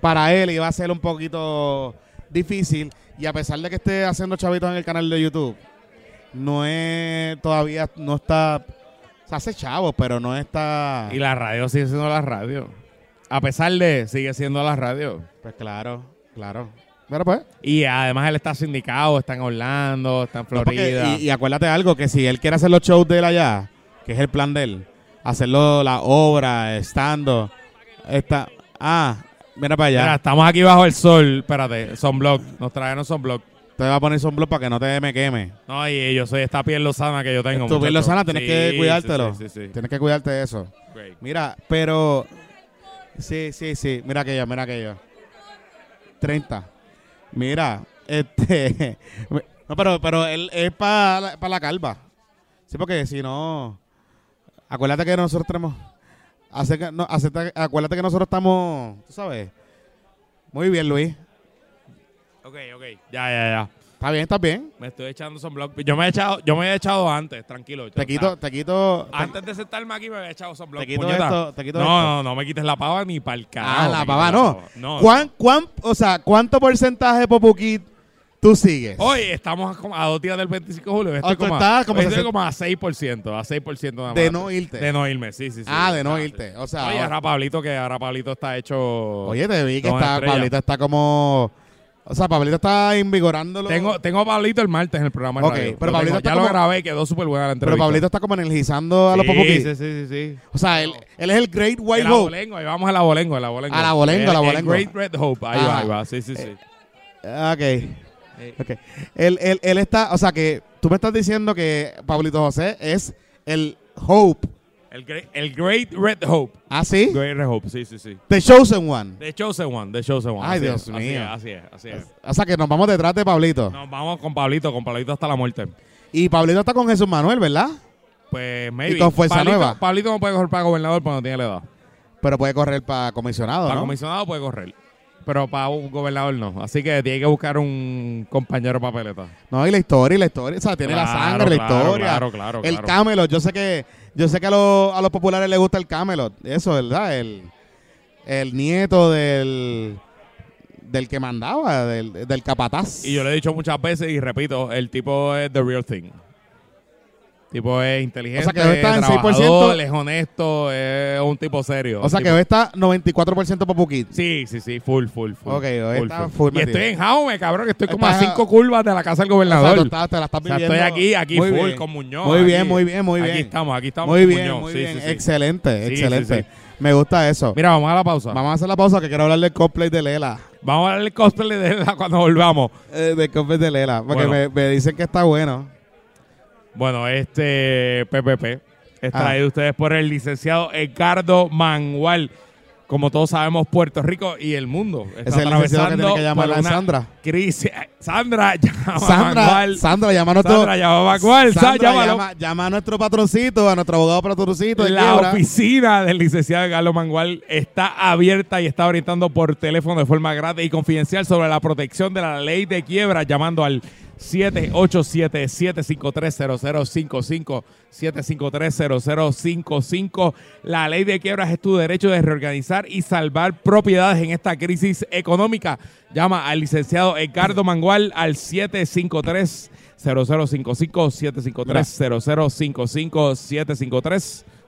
A: para él, iba a ser un poquito difícil. Y a pesar de que esté haciendo chavitos en el canal de YouTube, no es todavía, no está. Se hace chavos, pero no está.
B: Y la radio sigue siendo la radio. A pesar de, sigue siendo la radio.
A: Pues claro, claro. Pero pues.
B: Y además él está sindicado, está en Orlando, está en
A: No, porque-
B: Florida.
A: y, y acuérdate algo, que si él quiere hacer los shows de él allá, que es el plan de él, hacerlo la obra, estando, está, ah, mira para allá,
B: Mira, estamos aquí bajo el sol. Espérate, Sunblock. Nos trajeron Sunblock.
A: te va a poner sombrero para que no te me queme.
B: No, y yo soy esta piel lozana que yo tengo.
A: Tu piel
B: muchacho.
A: lozana, tienes
B: Sí,
A: que
B: sí,
A: cuidártelo.
B: sí, sí, sí.
A: Tienes que cuidarte de eso.
B: Great.
A: Mira, pero, sí, sí, sí, mira aquello, mira aquello. 30. Mira, este, no, pero, pero él es para la calva. Sí, porque si no, acuérdate que nosotros tenemos, hace que- no, acepta- acuérdate que nosotros estamos, tú sabes, muy bien, Luis.
B: Ok, ok. Ya, ya, ya.
A: Está bien, está bien.
B: Me estoy echando Sunblock. Yo me he echado, yo me he echado antes, tranquilo.
A: Te
B: Yo,
A: quito,
B: na-
A: te quito, te-
B: Antes de sentarme aquí me había echado Sunblock.
A: te quito
B: puñeta.
A: esto, te quito
B: no,
A: esto.
B: no, no me quites la pava ni para el carajo.
A: Ah,
B: me
A: la
B: quites
A: pava no.
B: pava. No.
A: ¿Cuán, cuán, o sea, ¿cuánto porcentaje de Popuquit tú sigues?
B: Hoy estamos como a dos días del 25 de julio. Estoy
A: Ah, tú
B: como, a,
A: estás como
B: estoy
A: 60.
B: como a 6%, a 6% nada más.
A: de no irte.
B: De no irme, sí, sí, sí.
A: Ah, de no
B: Ah,
A: irte. O sea,
B: Oye,
A: ahora-
B: ahora Pablito, que ahora Pablito está hecho...
A: oye, te vi que
B: Don
A: está,
B: Estrella.
A: Pablito está como. O sea, Pablito está invigorándolo.
B: Tengo, tengo a Pablito el martes en el programa de
A: Ok,
B: radio.
A: pero
B: Lo
A: Pablito
B: tengo.
A: está
B: ya lo
A: como-
B: grabé, quedó súper buena
A: pero
B: la entrevista.
A: Pablito está como energizando a los
B: Sí,
A: Popuquit.
B: Sí, sí, sí, sí.
A: O sea, él, él es el Great White
B: El
A: Pues, Hope.
B: abolengo, ahí vamos a la abolengo, a la abolengo.
A: A la abolengo,
B: El-
A: a la
B: el
A: abolengo.
B: Great Red Hope, ahí va,
A: Ajá. Eh.
B: ahí va, sí, sí, sí.
A: Ah, Ok. Ok. Él, él- él está. O sea, que tú me estás diciendo que Pablito José es el Hope.
B: El, Great- el Great Red Hope.
A: ¿Ah, sí?
B: Great Red Hope, sí, sí, sí.
A: The Chosen One.
B: The Chosen One, The Chosen One.
A: Ay,
B: así
A: Dios
B: es, así
A: mío.
B: es, Así es, así es.
A: O sea, que nos vamos detrás de Pablito.
B: Nos vamos con Pablito, con Pablito hasta la muerte.
A: Y Pablito está con Jesús Manuel, ¿verdad?
B: Pues maybe.
A: Y con Fuerza
B: Pablito,
A: Nueva.
B: Pablito no puede correr para gobernador porque no tiene la edad.
A: Pero puede correr para comisionado,
B: Para
A: Oh, ¿no?
B: comisionado puede correr. Pero para un gobernador no. Así que tiene que buscar un compañero para peleta.
A: No, y la historia, y la historia. O sea, tiene la
B: Claro,
A: sangre, la
B: claro,
A: historia.
B: Claro, claro,
A: el
B: claro.
A: Camelot, yo sé que yo sé que a, los- a los populares les gusta el Camelot, eso, ¿verdad? El, el nieto del del que mandaba, del, del capataz.
B: Y yo le he dicho muchas veces y repito, el tipo es the real thing. Tipo es inteligente,
A: O sea, que hoy está en
B: trabajador,
A: 6%.
B: es honesto, es un tipo serio.
A: o sea, que
B: Tipo-
A: hoy está 94% Popuquit.
B: Sí, sí, sí, full, full, full.
A: Ok, hoy
B: Full,
A: está
B: full.
A: full
B: Y
A: metido.
B: estoy en Jaume, cabrón, que estoy como a
A: Estás-
B: cinco curvas de la casa del
A: O sea,
B: gobernador.
A: tú
B: O sea,
A: estás- te la estás viviendo.
B: estoy aquí, aquí
A: Muy
B: full
A: bien.
B: con Muñoz.
A: Muy bien,
B: aquí.
A: muy bien, muy bien.
B: Aquí estamos, aquí estamos
A: Muy
B: con
A: bien,
B: Muñoz.
A: muy
B: Sí,
A: bien.
B: sí, sí.
A: Excelente,
B: Sí, sí,
A: excelente.
B: sí.
A: Me gusta eso.
B: Mira, vamos a la pausa.
A: Vamos a hacer la pausa que quiero hablar del cosplay de Lela.
B: Vamos a darle el cosplay de la cuando volvamos.
A: Eh, del cosplay de Lela, porque
B: Bueno.
A: me, me dicen que está bueno.
B: Bueno, este PPP es
A: Ah.
B: traído a ustedes por el licenciado Edgardo Mangual. Como todos sabemos, Puerto Rico y el mundo está
A: Ese es el licenciado que tiene que
B: atravesando
A: llamar
B: por
A: a
B: una
A: Sandra.
B: crisis. Eh, Sandra, llama a
A: Sandra,
B: Mangual.
A: Sandra, llámanos todos.
B: Ah, Sandra, llama a Mangual. Sa-
A: Sandra,
B: llámalo.
A: llama, llama a nuestro patroncito, a nuestro abogado patroncito de
B: La
A: quiebra.
B: oficina del licenciado Edgardo Mangual está abierta y está orientando por teléfono de forma gratis y confidencial sobre la protección de la ley de quiebra, llamando al 787-753-0055, 753-0055. La ley de quiebras es tu derecho de reorganizar y salvar propiedades en esta crisis económica. Llama al licenciado Edgardo Mangual al 753 0055 753 0055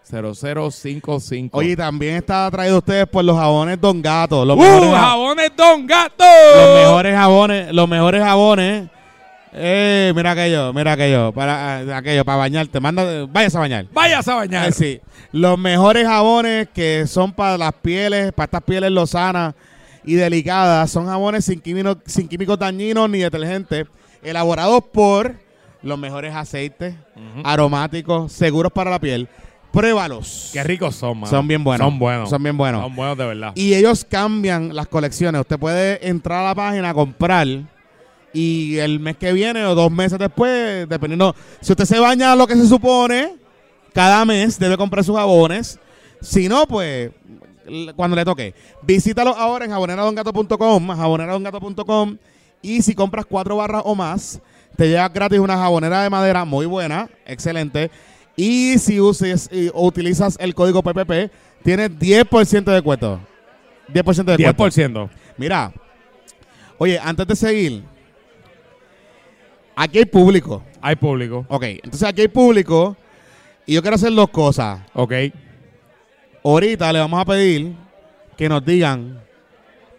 B: 753-0055.
A: Oye, y también está traído a ustedes por los jabones Don Gato. Los,
B: ¡Uh!
A: mejores, ja-
B: ¡Jabones Don Gato!
A: los mejores jabones, los mejores jabones Eh, mira aquello, mira aquello, para ah, aquello, para bañarte, manda, vayas a bañar.
B: Vayas a bañar.
A: Eh, sí. Los mejores jabones que son para las pieles, para estas pieles lozanas y delicadas, son jabones sin, químino- sin químicos dañinos ni detergentes, elaborados por los mejores aceites aromáticos, seguros para la piel. Pruébalos.
B: Qué ricos son, mano.
A: Son bien buenos.
B: Son buenos.
A: Son bien buenos.
B: Son buenos de verdad.
A: Y ellos cambian las colecciones. Usted puede entrar a la página, comprar. Y el mes que viene o dos meses después, dependiendo. Si usted se baña lo que se supone, cada mes debe comprar sus jabones. Si no, pues l- cuando le toque. Visítalo ahora en jaboneradongato.com, jaboneradongato.com. Y si compras cuatro barras o más, te llevas gratis una jabonera de madera muy buena, excelente. Y si uses, y utilizas el código PPP, tienes 10% de descuento. 10% de descuento.
B: 10%.
A: Mira, oye, antes de seguir, aquí hay público.
B: Hay público.
A: Ok, entonces aquí hay público y yo quiero hacer dos cosas.
B: Ok.
A: Ahorita le vamos a pedir que nos digan,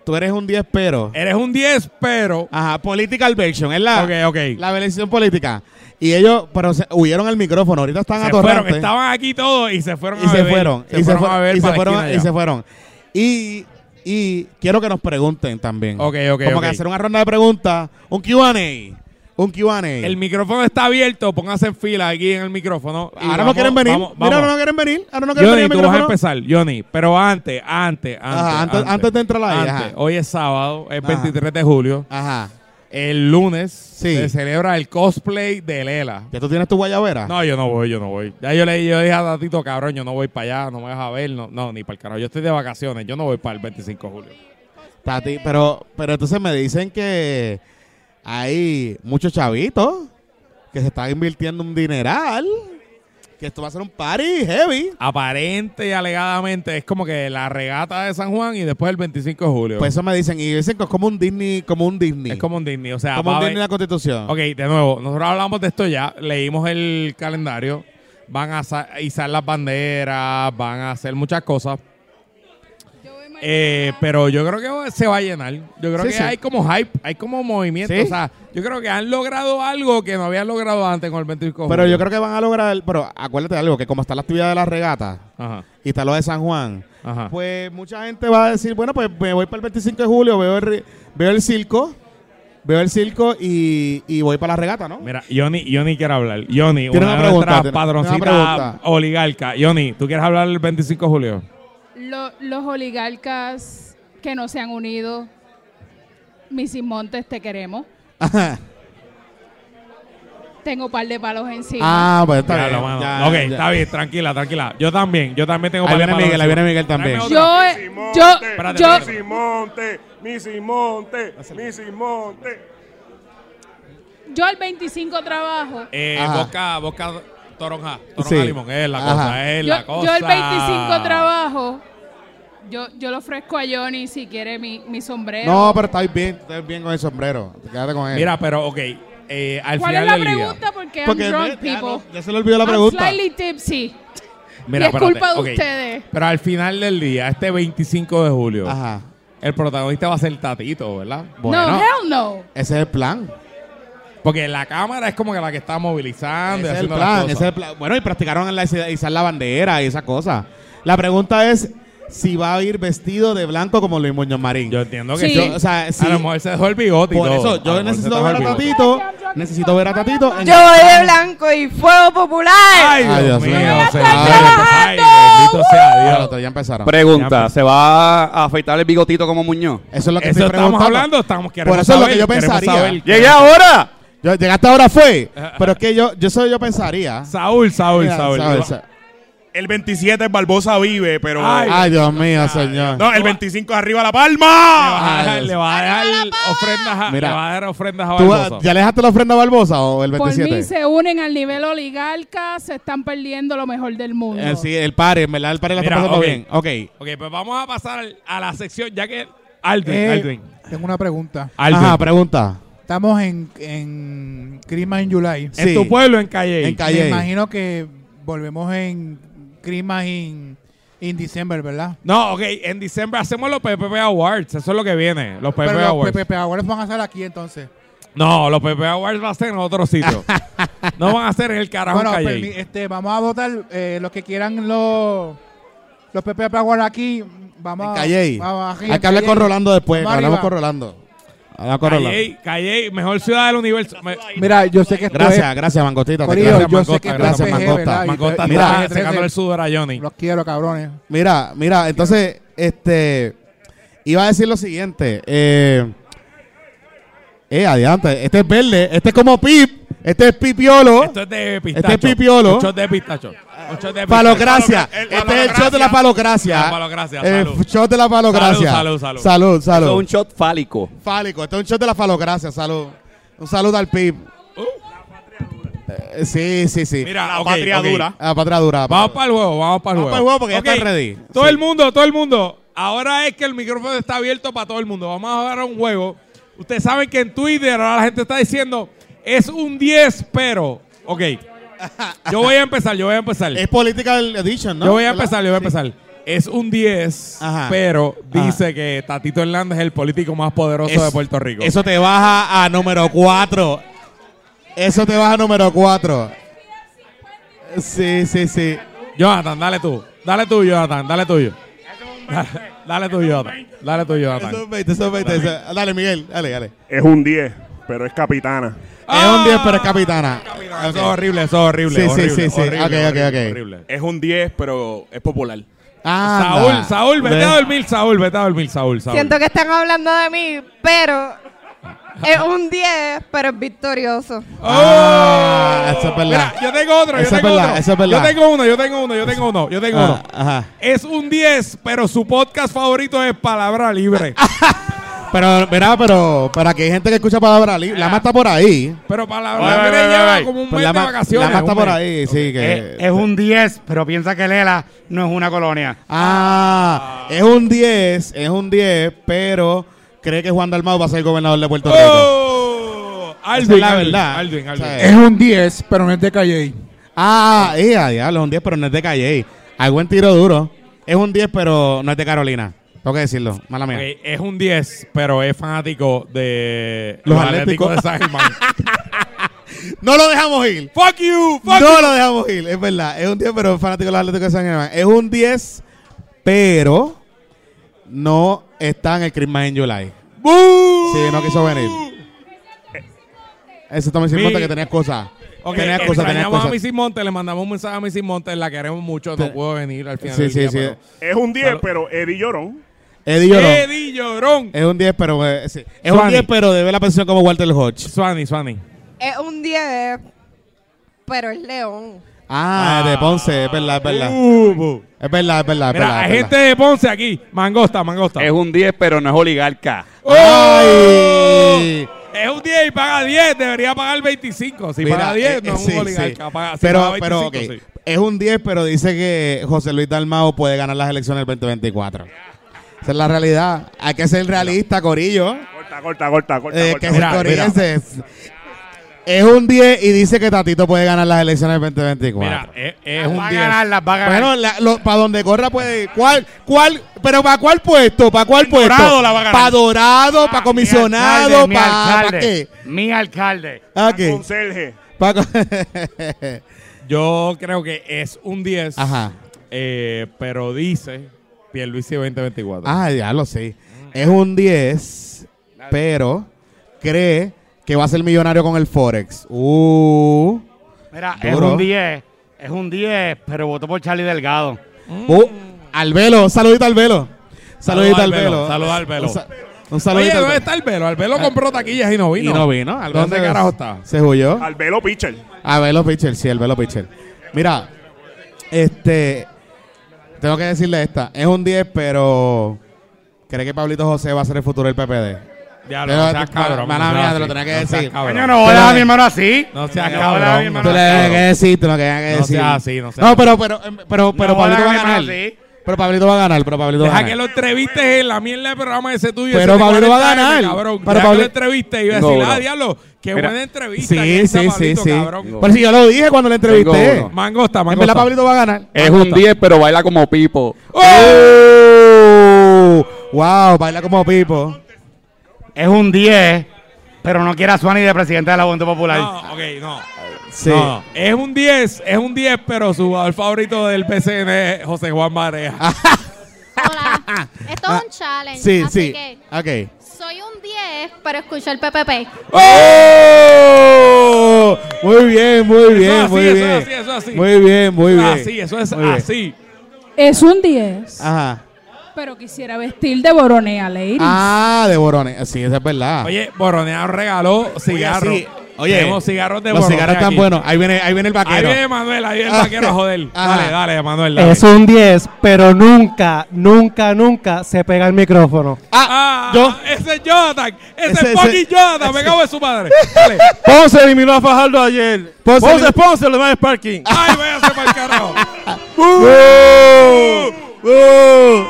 A: tú eres un 10 pero.
B: Eres un 10, pero.
A: Ajá, political version, es la,
B: Eh. ok, ok.
A: Ah, la versión política. Y ellos, pero se- huyeron el micrófono, ahorita están
B: se
A: atorrantes.
B: fueron, estaban aquí todos y se fueron
A: y
B: a
A: se
B: beber.
A: fueron
B: Se fueron
A: fue-
B: a beber
A: y se
B: para la
A: fueron
B: esquina
A: y
B: ya.
A: se fueron y y quiero que nos pregunten también
B: Ok, ok,
A: como
B: ok.
A: que hacer una ronda de preguntas un Q&A un Q&A
B: El micrófono está abierto, pónganse en fila aquí en el micrófono. y
A: ahora no
B: vamos,
A: quieren venir
B: vamos,
A: mira ahora no
B: vamos.
A: quieren venir ahora no quieren
B: Johnny,
A: venir
B: tú
A: al
B: vas a
A: micrófono.
B: empezar, Johnny, pero antes, antes, antes.
A: Ajá, antes- antes de entrar ahí,
B: antes.
A: ajá.
B: Hoy es sábado, es
A: Ajá.
B: 23 de julio.
A: ajá
B: El lunes
A: Sí.
B: se celebra el cosplay de Lela.
A: ya tú tienes tu guayabera
B: No, yo no voy, yo no voy. Ya yo le yo dije a Tatito, cabrón, yo no voy para allá, no me vas a ver, no, no ni para el carajo. Yo estoy de vacaciones, yo no voy para el 25 de julio.
A: Tati, pero pero entonces me dicen que hay muchos chavitos que se están invirtiendo un dineral que esto va a ser un party heavy
B: Aparente y alegadamente es como que la regata de San Juan y después el 25 de julio.
A: pues eso me dicen y dicen que es como un Disney como un Disney
B: es como un Disney, o sea,
A: como
B: va a
A: un
B: haber-
A: Disney de la Constitución
B: Ok, de nuevo, nosotros hablamos de esto ya, leímos el calendario, van a sa- izar las banderas, van a hacer muchas cosas,
D: Yo voy mañana.
B: eh, pero yo creo que se va a llenar. Yo creo
A: Sí,
B: que
A: sí.
B: hay como hype, hay como movimiento,
A: Sí.
B: o sea, yo creo que han logrado algo que no habían logrado antes con el 25 de
A: Pero
B: julio.
A: yo creo que van a lograr, pero acuérdate de algo, que como está la actividad de las regatas
B: Ajá,
A: y está lo de San Juan,
B: ajá.
A: pues mucha gente va a decir, bueno, pues me voy para el 25 de julio, veo el, ri- veo el circo, veo el circo y, y voy para la regata, ¿no?
B: Mira, Johnny, Johnny quiere hablar. Johnny,
A: Tiene
B: una,
A: una
B: de
A: pregunta,
B: nuestras
A: tiene-
B: padroncitas
A: tiene una pregunta.
B: oligarca. Johnny, ¿tú quieres hablar el 25 de julio?
D: Lo- los oligarcas que no se han unido, Missy Montes, te queremos.
A: Ajá.
D: Tengo un par de palos encima.
A: ah, pues está
B: Ya,
A: bien.
B: lo mano.
A: ya,
B: ok,
A: ya.
B: está bien, tranquila, tranquila. Yo también, yo también tengo
A: Ahí viene
B: palabras
A: Miguel, ahí
B: encima.
A: viene Miguel también.
B: Tráeme otra.
D: yo, eh, yo,
B: Espérate,
D: yo,
B: espérate.
E: Mi Monte, mi Simonte, mi Simonte.
D: yo el 25 trabajo.
B: Eh,
A: Ajá.
B: boca, boca toronja, toronja
A: Sí.
B: limón, es la
A: Ajá.
B: cosa, es
D: Yo,
B: la cosa.
D: yo el 25 trabajo. Yo, yo le ofrezco a Johnny si quiere mi, mi sombrero.
A: No, pero está bien, está bien con el sombrero. Quédate con él.
B: Mira, pero ok, eh, al
D: ¿Cuál es
B: final
D: la
B: del día-
D: pregunta? Porque,
A: Porque
D: I'm drunk,
A: ya,
D: people.
A: no, ya se le olvidó la pregunta.
D: I'm slightly tipsy.
B: Mira,
D: y es culpa de
B: ok.
D: ustedes.
B: Pero al final del día, este 25 de julio,
A: Ajá.
B: el protagonista va a ser Tatito, ¿verdad?
A: Bueno,
D: No, hell no.
A: ese es el plan.
B: Porque la cámara es como que la que está movilizando. y
A: Ese es el
B: haciendo
A: plan,
B: las
A: ese
B: cosas.
A: es el plan. Bueno, y practicaron en la, izar la bandera y esa cosa. La pregunta es si va a ir vestido de blanco como Luis Muñoz Marín.
B: Yo entiendo que
D: Sí.
B: sí.
A: Yo, o sea, sí.
B: A lo mejor se dejó el bigote y
A: por
B: todo.
A: eso, yo
B: lo mejor se
A: necesito
B: dejó
A: ver
B: el
A: a
B: bigote.
A: Tatito. Necesito ver a Tatito. en-
F: Yo voy de blanco y fuego popular.
B: Ay, Dios,
A: Ay, Dios
B: mío.
A: mío.
B: señor.
A: Estoy
B: Ay, bendito sea
A: Ya,
B: Dios.
A: doctor, ya empezaron.
B: Ya,
G: Ah, Pregunta, ¿se va a afeitar el bigotito como Muñoz?
A: eso es lo que
B: Eso
A: estoy
B: estamos
A: preguntando.
B: hablando, estamos queremos
A: Por eso es lo
B: saber,
A: que yo
B: queremos
A: pensaría.
B: saber.
G: ¡Llegué ahora!
A: Yo, llegaste ahora fue, pero es que yo, yo eso yo pensaría.
B: Saúl, Saúl,
A: Mira,
B: Saúl.
A: Saúl, Saúl.
E: El 27 Barbosa vive, pero.
B: Ay.
A: Ay, Dios mío, señor.
E: no, el 25 es arriba la
B: Le
E: palma.
B: va a
A: Ay,
B: dejar, le va a dejar ofrendas a,
A: Mira.
B: le va a dar ofrendas a
A: ¿Tú,
B: Barbosa.
A: ¿Ya le dejaste la ofrenda a Barbosa o el
D: Por
A: 27?
D: mí se unen al nivel oligarca, se están perdiendo lo mejor del mundo.
A: Eh, sí, el pare, en verdad, el pare la está
B: Mira,
A: pasando
B: ok.
A: bien. Ok.
B: Ok, pues vamos a pasar al- a la sección, ya que Aldrin,
H: Eh,
B: Aldrin.
H: Tengo una pregunta.
B: Aldrin.
A: Ajá, pregunta.
H: Estamos en, en Crima en July.
A: Eh,
B: en
A: sí.
B: tu pueblo, en Calle.
A: En Calle.
H: Me imagino que volvemos en Crima en en December, ¿verdad?
B: No, ok, en diciembre hacemos los PPP Awards, eso es lo que viene, los PPP
H: Pero los
B: Awards.
H: PPP Awards van a estar aquí entonces.
B: No, los Pepe Awards va a ser en otro sitio. no van a ser en el carajo
H: Bueno,
B: Calle.
H: permi- este, vamos a votar eh, los que quieran los, los PP Power aquí. Vamos
A: En
H: a-
A: Calle.
H: vamos aquí,
A: Hay
H: en
A: que hablar
H: Calle.
A: con Rolando después.
H: Vamos
A: Hablamos
H: arriba.
A: con Rolando. Hablamos con Rolando.
B: Calle, Calle, mejor ciudad del universo. Me-
H: Mira, yo sé que esto
A: Gracias, gracias, Mangostita.
H: Corillo,
A: gracias,
H: yo sé que esto
A: gracias,
H: es PG,
A: Mangosta.
H: ¿verdad? Y-
B: Mangosta
H: y-
B: mira,
H: mira,
B: secándole el sudor a Johnny.
H: es... Los quiero, cabrones.
A: Mira, mira, entonces, este, iba a decir lo siguiente. Eh, eh, adiante. Este es verde, este es como Pip, este es Pipiolo.
B: Esto es de pistacho.
A: Este es pipiolo.
B: Un shot de pistacho. Un shot de pistacho.
A: Palocracia.
B: El-
A: Este es el shot de la palocracia.
B: La palocracia,
A: El
B: salud.
A: shot de la palocracia.
B: Salud, salud, salud.
A: Salud, salud.
G: Eso es un shot fálico.
A: Fálico, este es un shot de la falocracia, salud. Un saludo al Pip. Eh, sí, sí, sí.
B: Uh. Mira,
C: La
B: ok,
C: patria
B: ok.
C: dura.
A: Ah, patria dura.
B: Vamos
A: patria
B: para el juego, vamos para el
A: Vamos
B: juego.
A: pa'l juego porque ya
B: Ok,
A: está ready.
B: Todo
A: Sí.
B: el mundo, todo el mundo. Ahora es que el micrófono está abierto para todo el mundo. Vamos a jugar a un juego. Ustedes saben que en Twitter ahora la gente está diciendo es un 10, pero. Ok. Yo voy a empezar, yo voy a empezar.
A: dura. Es Political Edition, ¿no?
B: Yo voy a
A: ¿Verdad?
B: empezar, yo voy a empezar. Es un 10,
A: Ajá.
B: pero dice que Tatito Hernández es el político más poderoso
A: Es-
B: de Puerto Rico.
A: Eso te baja a número 4. Eso te baja a número 4. Sí, sí, sí.
B: Jonathan, dale tú. Dale tú, Jonathan, dale tuyo. Dale tú, Jonathan. Dale tú, Jonathan.
A: Eso es 20, eso es 20. eso es- Dale, Miguel, dale, dale.
E: Es un 10, pero es capitana.
B: Ah.
A: Es un 10, pero es capitana.
B: Eso es horrible, eso es horrible.
A: Sí, sí,
B: horrible,
A: sí, sí.
B: horrible,
A: Ok, ok,
B: horrible,
A: ok.
B: horrible.
C: Es un 10, pero es popular.
B: Saúl,
A: Anda.
B: Eh, Saúl, vete
A: Ve.
B: a dormir, Saúl, vete a dormir, Saúl, Saúl.
F: Siento que están hablando de mí, pero es un 10, pero es victorioso.
A: Ah, eso es verdad.
B: ¡Oh! Mira, yo tengo otro, yo
A: Eso es
B: tengo
A: verdad,
B: otro.
A: eso es verdad.
B: Yo tengo uno, yo tengo uno, yo tengo uno, yo tengo uno.
A: Ah, ajá.
B: Es un 10, pero su podcast favorito es Palabra Libre.
A: Ah. Pero, verá, pero, pero aquí hay gente que escucha palabras libres. La más está por ahí.
B: Pero Palabra
I: Oye, oye,
B: Libre
I: oye,
B: lleva
I: oye.
B: como un
A: Pues
B: mes
A: la,
B: de
A: ma-
B: vacaciones.
A: la más está
B: un
A: por
B: mes.
A: ahí, sí. Que,
I: Eh, Es, es un 10, pero piensa que Lela no es una colonia.
A: Ah, es un 10, es un 10, pero cree que Juan Dalmau va a ser gobernador de Puerto Rico.
B: ¡Oh! Alvin,
A: la
B: Alvin,
A: verdad.
B: Alvin, Alvin.
A: O sea,
H: Es un 10, pero no es de Calle.
A: Ah, ya, diablo, es un 10, pero no es de Calle. Hay buen tiro duro. Es un 10, pero no es de Carolina. Tengo que decirlo, mala mía.
B: Ok, es un 10, pero es fanático de
A: Los Atléticos.
B: de San Germán.
A: No lo dejamos ir.
B: ¡Fuck you! ¡Fuck
A: no lo dejamos ir, es verdad. Es un 10, pero fanático de los Atléticos de San Germán. Es un 10, pero no está en el Christmas in July.
B: ¡Boo!
A: Sí, no quiso venir. Eso también
B: Mi-
A: significa que tenías cosas.
B: Ok,
A: tenías cosas, tenías
B: extrañamos a
A: cosas.
B: Missy Montes, le mandamos un mensaje a Missy Montes, la queremos mucho,
A: Te-
B: no pudo venir al final
A: Sí,
B: del
A: sí,
B: día,
A: sí.
B: pero-
E: Es un 10,
B: Salud.
E: pero Eddie Llorón.
A: Eddie Llorón.
B: Eddie Llorón.
A: Es un 10, pero eh, sí. es un
B: Eh, Suani.
A: 10, pero debe la pensión como Walter Hodge.
B: Swani, Swani.
F: Es un 10, pero es león.
A: Ah, de Ponce, es verdad, es verdad. Es verdad, es verdad, es
B: Uh, Mira,
A: verdad.
B: hay
A: es
B: gente de Ponce aquí. Mangosta, mangosta.
G: Es un 10, pero no es oligarca.
B: ¡Oh!
A: ¡Ay!
B: Es un 10 y paga 10, debería pagar 25. Si
A: Mira,
B: paga 10, no
A: eh,
B: es
A: sí,
B: un oligarca.
A: sí.
B: paga- si
A: pero,
B: paga
A: pero,
B: 25,
A: ok.
B: sí.
A: Es un 10, pero dice que José Luis Dalmao puede ganar las elecciones del 2024. Esa es la realidad. Hay que ser realista, Corillo.
E: Corta, corta, corta, corta.
A: Eh, que
E: corta,
A: se
E: corta.
A: corriense. Es un 10 y dice que Tatito puede ganar las elecciones del 2024.
B: Mira, es, es un
I: va
B: 10.
I: a ganar, las va a ganar.
A: Bueno, para donde corra puede. ¿Cuál? ¿Cuál? ¿Pero para cuál puesto? ¿Para cuál puesto?
I: Dorado la va a ganar.
A: Para Dorado,
I: Ah,
A: para
I: mi
A: comisionado,
I: alcalde, mi
A: para. ¿Para
I: alcalde,
A: qué?
I: Mi alcalde.
A: ¿Para qué?
E: Conserje.
A: Pa' co-
B: Yo creo que es un 10.
A: Ajá.
B: eh, pero dice Pierluisi 2024.
A: Ah, ya lo sé. Es un 10, pero cree que va a ser millonario con el Forex. Uh.
I: Mira,
A: Duro.
I: es un 10. Es un 10, pero votó por Charlie Delgado.
A: Uh. Al velo, saludito al velo. Saludito al velo.
B: Saludos al velo.
A: Un sa- Un
B: Oye,
A: saludito al
B: ¿dónde
A: velo.
B: está el velo? Al velo compró taquillas y no vino.
A: Y no vino. Al
B: ¿Dónde
A: velo se-
B: carajo está?
A: Se huyó.
E: Al velo pitcher.
A: A ver los pitchers, sí, el Ah, velo pitcher. Mira, este. Tengo que decirle esta. Es un 10, pero. ¿Cree que Pablito José va a ser el futuro del PPD?
B: Diablo,
A: Pero-
B: no seas cabrón.
A: Mala
B: no
A: mía,
B: seas
A: te lo
B: así,
A: tenía que
B: no seas
A: decir.
B: cabrón.
I: Coño, no voy a
A: Pero-
I: dejar a mi hermano así.
B: No seas
I: No, hola, mi
B: cabrón.
I: hermano.
A: tú le
I: no,
A: tienes
I: no.
A: que decir, tú no tienes que
B: No
A: decir.
B: sea así, no sea
A: No,
B: así.
A: pero, pero, eh, pero, pero
I: No, hola,
A: Pablito va a
I: mi hermano,
A: ganar.
I: sí.
A: Pero Pablito va a ganar, pero Pablito va a
B: Deja que
A: ganar.
B: lo entrevistes en la mierda de programa ese tuyo.
A: Pero
B: ese de
A: Pablito va a
B: 40 años,
A: ganar.
B: Cabrón.
A: Pero
B: Pero Pablo...
A: Pablo-
B: lo entreviste y iba a decir,
G: Tengo
B: ah,
G: uno.
B: diablo, qué
G: Mira,
B: buena entrevista. que
A: Sí,
B: hizo
A: sí, sí,
B: Pablito,
A: sí.
B: cabrón.
A: Por si yo lo dije cuando lo entrevisté.
G: uno.
B: Mangosta,
A: En verdad,
B: mangosta.
A: Pablito va a ganar.
B: Eh,
G: Es un 10, pero baila como pipo.
A: ¡Oh! Wow, baila como Pipo.
I: Es un 10, Pero no quiere a Suani de presidente de la Junta Popular.
B: No, ok, no.
A: Sí.
B: No, es un 10, es un 10, pero su jugador favorito del PCN es José Juan Marea.
A: Ah,
J: Hola. Esto es un challenge.
A: Sí,
J: así
A: sí.
J: que
A: Ok.
J: soy un 10, pero escucho el PPP.
A: ¡Oh! Muy bien, muy bien,
B: así,
A: muy
B: eso es
A: bien.
B: así, eso es así.
A: Muy bien, muy bien.
B: Así, eso es
A: Muy bien.
B: así.
D: Es un 10,
A: Ajá.
D: pero quisiera vestir de boronea, ladies.
A: Ah, de borones. Sí, esa es verdad.
B: Oye, Boronea regaló cigarros.
A: Ah. sí. Oye,
B: tenemos cigarros de
A: Los
B: Boronea
A: cigarros están
B: aquí.
A: buenos. Ahí viene, ahí viene el vaquero.
B: Ahí viene Manuel, ahí viene el
A: Ah.
B: vaquero a joder.
A: Ajá.
B: Dale, dale, Manuel. dale.
K: Es un 10, pero nunca, nunca, nunca se pega el micrófono.
B: Ah,
A: Yo-
B: ese es Jonathan. Ese,
A: Ese-
B: es fucking
A: ese-
B: Jonathan. Me cago en su madre. Dale.
E: Ponce eliminó a Fajardo ayer.
A: Ponce- Ah,
E: Ponce, Ponce, Ponce lo demás es parking. Uh.
B: Ay, véase para el carajo.
A: ¡Bú!
B: Uh.
A: ¡Bú!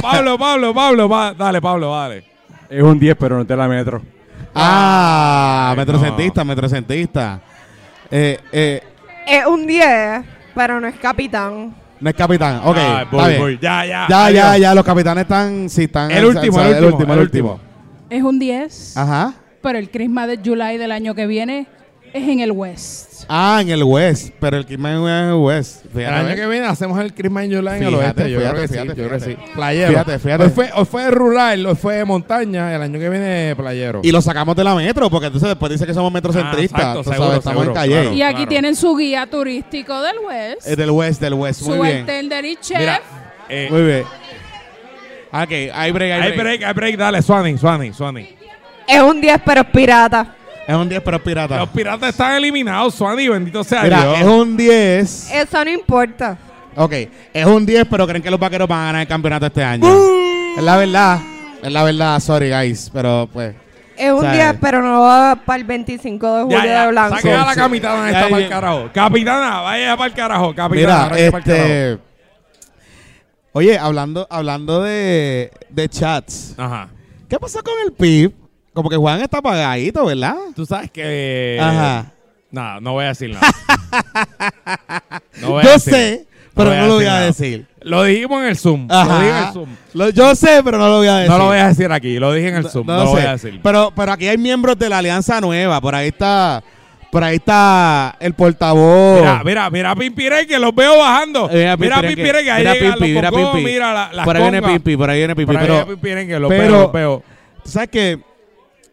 B: Pablo, Pablo, Pablo. va- Dale, Pablo, dale.
C: Es un 10, pero no te la metro.
A: Ah, metrocentista, metrocentista. Eh, eh,
F: Es un 10, pero no es capitán.
A: no es capitán. Ok.
B: Ay, Ah, voy,
A: está bien.
B: voy. Ya, ya.
A: Ya, ya,
B: Ah, adiós.
A: ya. Los capitanes están. Sí, están
B: El último,
A: o sea,
B: el último,
A: el
B: el
A: último.
D: Es un 10,
A: Ajá.
D: pero el Christmas de July del año que viene es en el West.
A: Ah, en el West. Pero el Christmas en el West. Fíjate,
B: El año que viene hacemos el Christmas in July en el
A: Fíjate,
B: oeste. Yo
A: fíjate,
B: creo que sí,
A: fíjate,
B: yo creo que sí.
A: fíjate.
B: Playero.
A: Fíjate, fíjate.
B: Hoy fue, hoy fue rural, hoy fue montaña. El año que viene, playero.
A: Y lo sacamos de la metro, porque entonces después dice que somos metrocentristas.
B: Ah, exacto,
A: tú sabes,
B: seguro,
A: estamos en
B: seguro,
A: calle.
B: claro.
D: Y aquí
B: claro.
D: tienen su guía turístico del West,
A: Eh, del West, del West. Muy
D: su
A: bien.
D: bartender y chef.
B: Mira, eh,
A: Muy bien. Ok, hay break, hay
B: hay
A: break.
B: break, hay break. Dale, Suani, Suani, Suani.
F: Es un 10, pero es pirata.
A: Es un 10, pero es pirata.
B: Los piratas están eliminados, Suani. Bendito sea
A: Mira,
B: Dios.
A: es un 10.
F: Eso no importa.
A: Ok, es un 10, pero creen que los vaqueros van a ganar el campeonato este año. Es la verdad. Es la verdad, sorry, guys. Pero pues.
F: Es un
A: ¿Sabes?
F: 10, pero no va para el 25 de julio
B: Ya, ya,
F: de blanco.
B: Saque a la
A: Sí.
B: capitana esta
A: Ya,
B: para
A: ya.
B: el carajo. Capitana, vaya para el carajo. Capitana,
A: Mira,
B: vaya pa'l carajo.
A: este. Oye, hablando, hablando de, de chats,
B: Ajá.
A: ¿qué pasó con el PIB? Como que Juan está apagadito, ¿verdad?
B: Tú sabes que.
A: Ajá.
B: Nada, no voy a decir nada. No voy a
A: Yo
B: decir-
A: sé, pero no, lo voy a
B: nada.
A: decir.
B: Lo dijimos en el Zoom. Lo dije en el
A: Ajá.
B: Zoom.
A: Lo- yo sé, pero no lo voy a decir.
B: No lo voy a decir aquí, lo dije en el Zoom. No, lo
A: sé.
B: voy a decir.
A: Pero, pero aquí hay miembros de la Alianza Nueva. Por ahí está, por ahí está el portavoz.
B: Mira, mira, mira a Pimpirey que los veo bajando.
A: Eh,
B: Mira, a Pimpirey que ahí
A: mira
B: llegan los
A: Pimpi, mira
B: cocos,
A: Pimpi.
B: mira la, las
A: Por ahí viene
B: congas.
A: Pimpi, por ahí viene Pimpi.
B: Por ahí
A: pero-
B: llega Pimpirey que los
A: pero-
B: veo, los veo.
A: Tú sabes que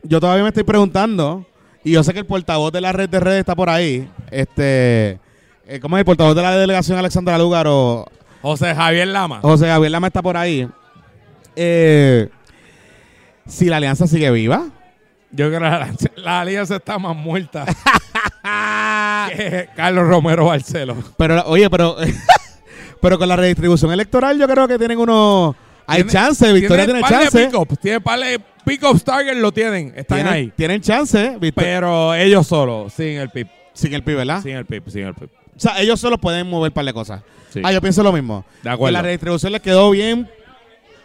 A: yo todavía me estoy preguntando, y yo sé que el portavoz de la red de redes está por ahí. Este, eh, ¿cómo es el portavoz de la delegación Alexandra Lúgaro?
B: José Javier Lama.
A: José Gabriel Lama está por ahí. Eh, si la alianza sigue viva.
B: Yo creo que la, la alianza está más muerta que Carlos Romero Barceló.
A: Pero, oye, pero, pero con la redistribución electoral yo creo que tienen unos... Hay
B: Tiene-
A: chance, Victoria tiene,
B: par de
A: chance.
B: pick-ups, Tiene par de pick-ups targets, lo tienen, están
A: Tienen,
B: ahí.
A: tienen chance, Victoria.
B: Pero ellos solos, sin el PIP.
A: Sin el PIB, ¿verdad?
B: Sin el PIP, sin el PIP.
A: O sea, ellos solo pueden mover un par de cosas.
B: Sí.
A: Ah, yo pienso lo mismo.
B: De acuerdo.
A: Que la redistribución les quedó bien.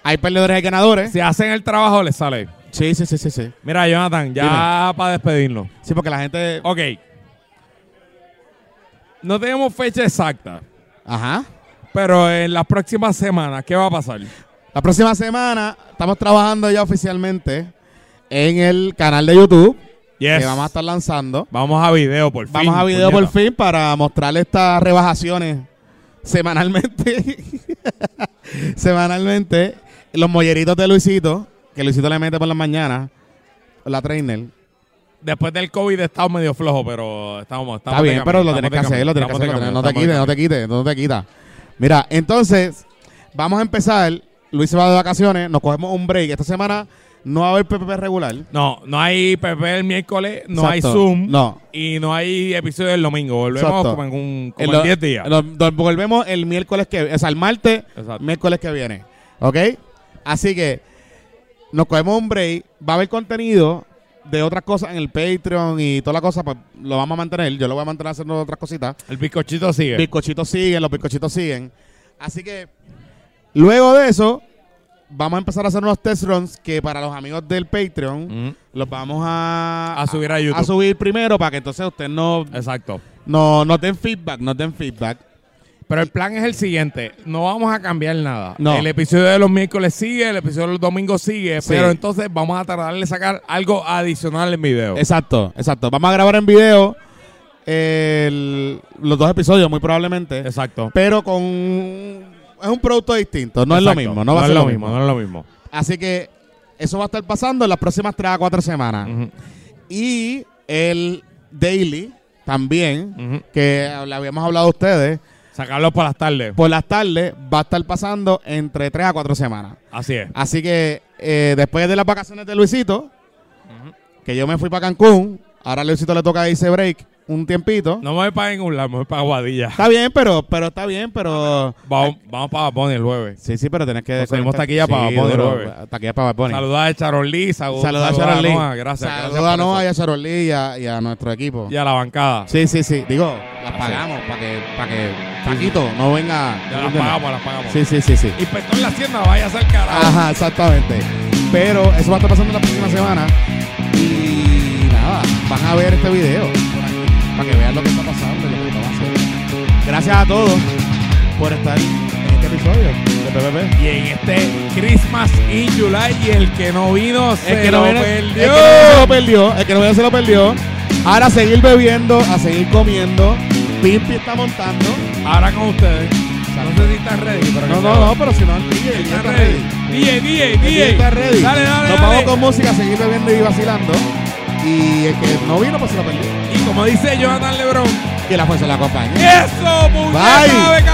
A: Hay perdedores y ganadores.
B: Si hacen el trabajo, les sale.
A: Sí, sí, sí, sí, sí.
B: Mira, Jonathan, ya para despedirnos.
A: Sí, porque la gente.
B: Ok. No tenemos fecha exacta,
A: Ajá.
B: pero en las próximas semanas, ¿qué va a pasar?
A: La próxima semana estamos trabajando ya oficialmente en el canal de YouTube
B: Yes.
A: que vamos a estar lanzando.
B: Vamos a video por fin.
A: Vamos a video
B: puñeta.
A: por fin para mostrarle estas rebajaciones semanalmente. semanalmente. Los molleritos de Luisito, que Luisito le mete por las mañanas. La trainer.
B: Después del COVID he estado medio flojo, pero estamos. estamos
A: Está bien,
B: de camino,
A: pero lo
B: estamos
A: tienes
B: de
A: que hacer,
B: camino,
A: lo tienes que
B: estamos de
A: hacer. lo tienes- No
B: camino,
A: te
B: estamos de
A: quites, no te quites, no te quitas. Mira, entonces, vamos a empezar. Luis se va de vacaciones, nos cogemos un break. Esta semana no va a haber PPP regular.
B: No, no hay PP el miércoles, no hay
A: Exacto.
B: Zoom
A: No.
B: y no hay episodio del domingo. Volvemos
A: Exacto.
B: como en un como
A: En
B: en
A: lo-
B: 10 días.
A: lo- lo- volvemos el miércoles que o sea, el martes,
B: Exacto.
A: miércoles que viene. ¿Ok? Así que nos cogemos un break. Va a haber contenido de otras cosas en el Patreon y toda la cosa, pues lo vamos a mantener. Yo lo voy a mantener haciendo otras cositas.
B: el bizcochito sigue.
A: Bizcochitos siguen, los bizcochitos siguen. Así que, luego de eso, vamos a empezar a hacer unos test runs que para los amigos del Patreon
B: Mm,
A: los vamos a,
B: A subir a YouTube.
A: subir primero para que entonces ustedes no,
B: exacto.
A: no, nos den feedback, nos den feedback.
B: Pero el plan es el siguiente, no vamos a cambiar nada.
L: No.
B: El episodio de los miércoles sigue, el episodio de los domingos sigue,
A: Sí.
B: pero entonces vamos a tratar de sacar algo adicional en video.
A: Exacto, exacto. Vamos a grabar en video el- los dos episodios, muy probablemente.
B: Exacto.
A: Pero con. Es un producto distinto, no es
B: Exacto.
A: lo mismo. No, va a
B: es
A: ser
B: lo mismo, no es lo mismo.
A: Así que eso va a estar pasando en las próximas 3 a 4 semanas. Y el Daily también, que le habíamos hablado a ustedes.
B: Sacarlo por las tardes.
A: Por las tardes va a estar pasando entre 3 a 4 semanas.
B: Así es.
A: Así que eh, después de las vacaciones de Luisito, que yo me fui para Cancún, ahora a Luisito le toca irse break un tiempito.
B: No me voy para ningún lado, me voy para Guadilla.
A: Está bien, pero, pero está bien, pero...
B: Vamos, vamos para Bad Bunny el jueves.
A: Sí, sí, pero tenés que...
B: Nos salimos taquilla
A: Sí,
B: para Bad Bunny el
A: duro,
B: jueves.
A: Taquilla para Bad Bunny.
B: Saludos a Charon Lee, saludos
A: Saludos a
B: saludos
A: Sharon Lee.
B: Noah, Gracias.
A: Saludos
B: gracias
A: a
B: por
A: Noah y
B: eso.
A: a Sharon Lee y a, y a nuestro equipo.
B: Y a la bancada.
A: Sí, sí, sí. Digo, las pagamos para que, para que Paquito no venga...
B: Ya las pagamos, las pagamos.
A: Sí, sí, sí, sí.
B: Inspector de la Hacienda, vaya a ser carajo.
A: Ajá, exactamente. Pero eso va a estar pasando la próxima semana. Y nada, van a ver este video por aquí, para que vean lo que está pasando y lo que está pasando. Gracias a todos por estar en este episodio de PPP.
B: Y en este Christmas in July y el que no vino se
A: que
B: lo
A: no viene- el
B: perdió.
A: que no viene se lo perdió. El que no viene se lo perdió. Ahora a seguir bebiendo, a seguir comiendo. Pimpi está montando.
B: Ahora con ustedes. No sé si están ready. Pero
A: No,
B: que
A: no,
B: se-
A: no, pero si no, el DJ ya está ready.
B: DJ, DJ,
A: El DJ
B: DJ.
A: está ready.
B: Dale, dale,
A: Nos
B: dale.
A: vamos con música, a seguir bebiendo y vacilando. Y el que no vino, pues se lo perdió.
B: Y como dice Jonathan Lebron,
A: que la fuerza la acompañe.
B: ¡Eso,
A: Bye.
B: puñeta de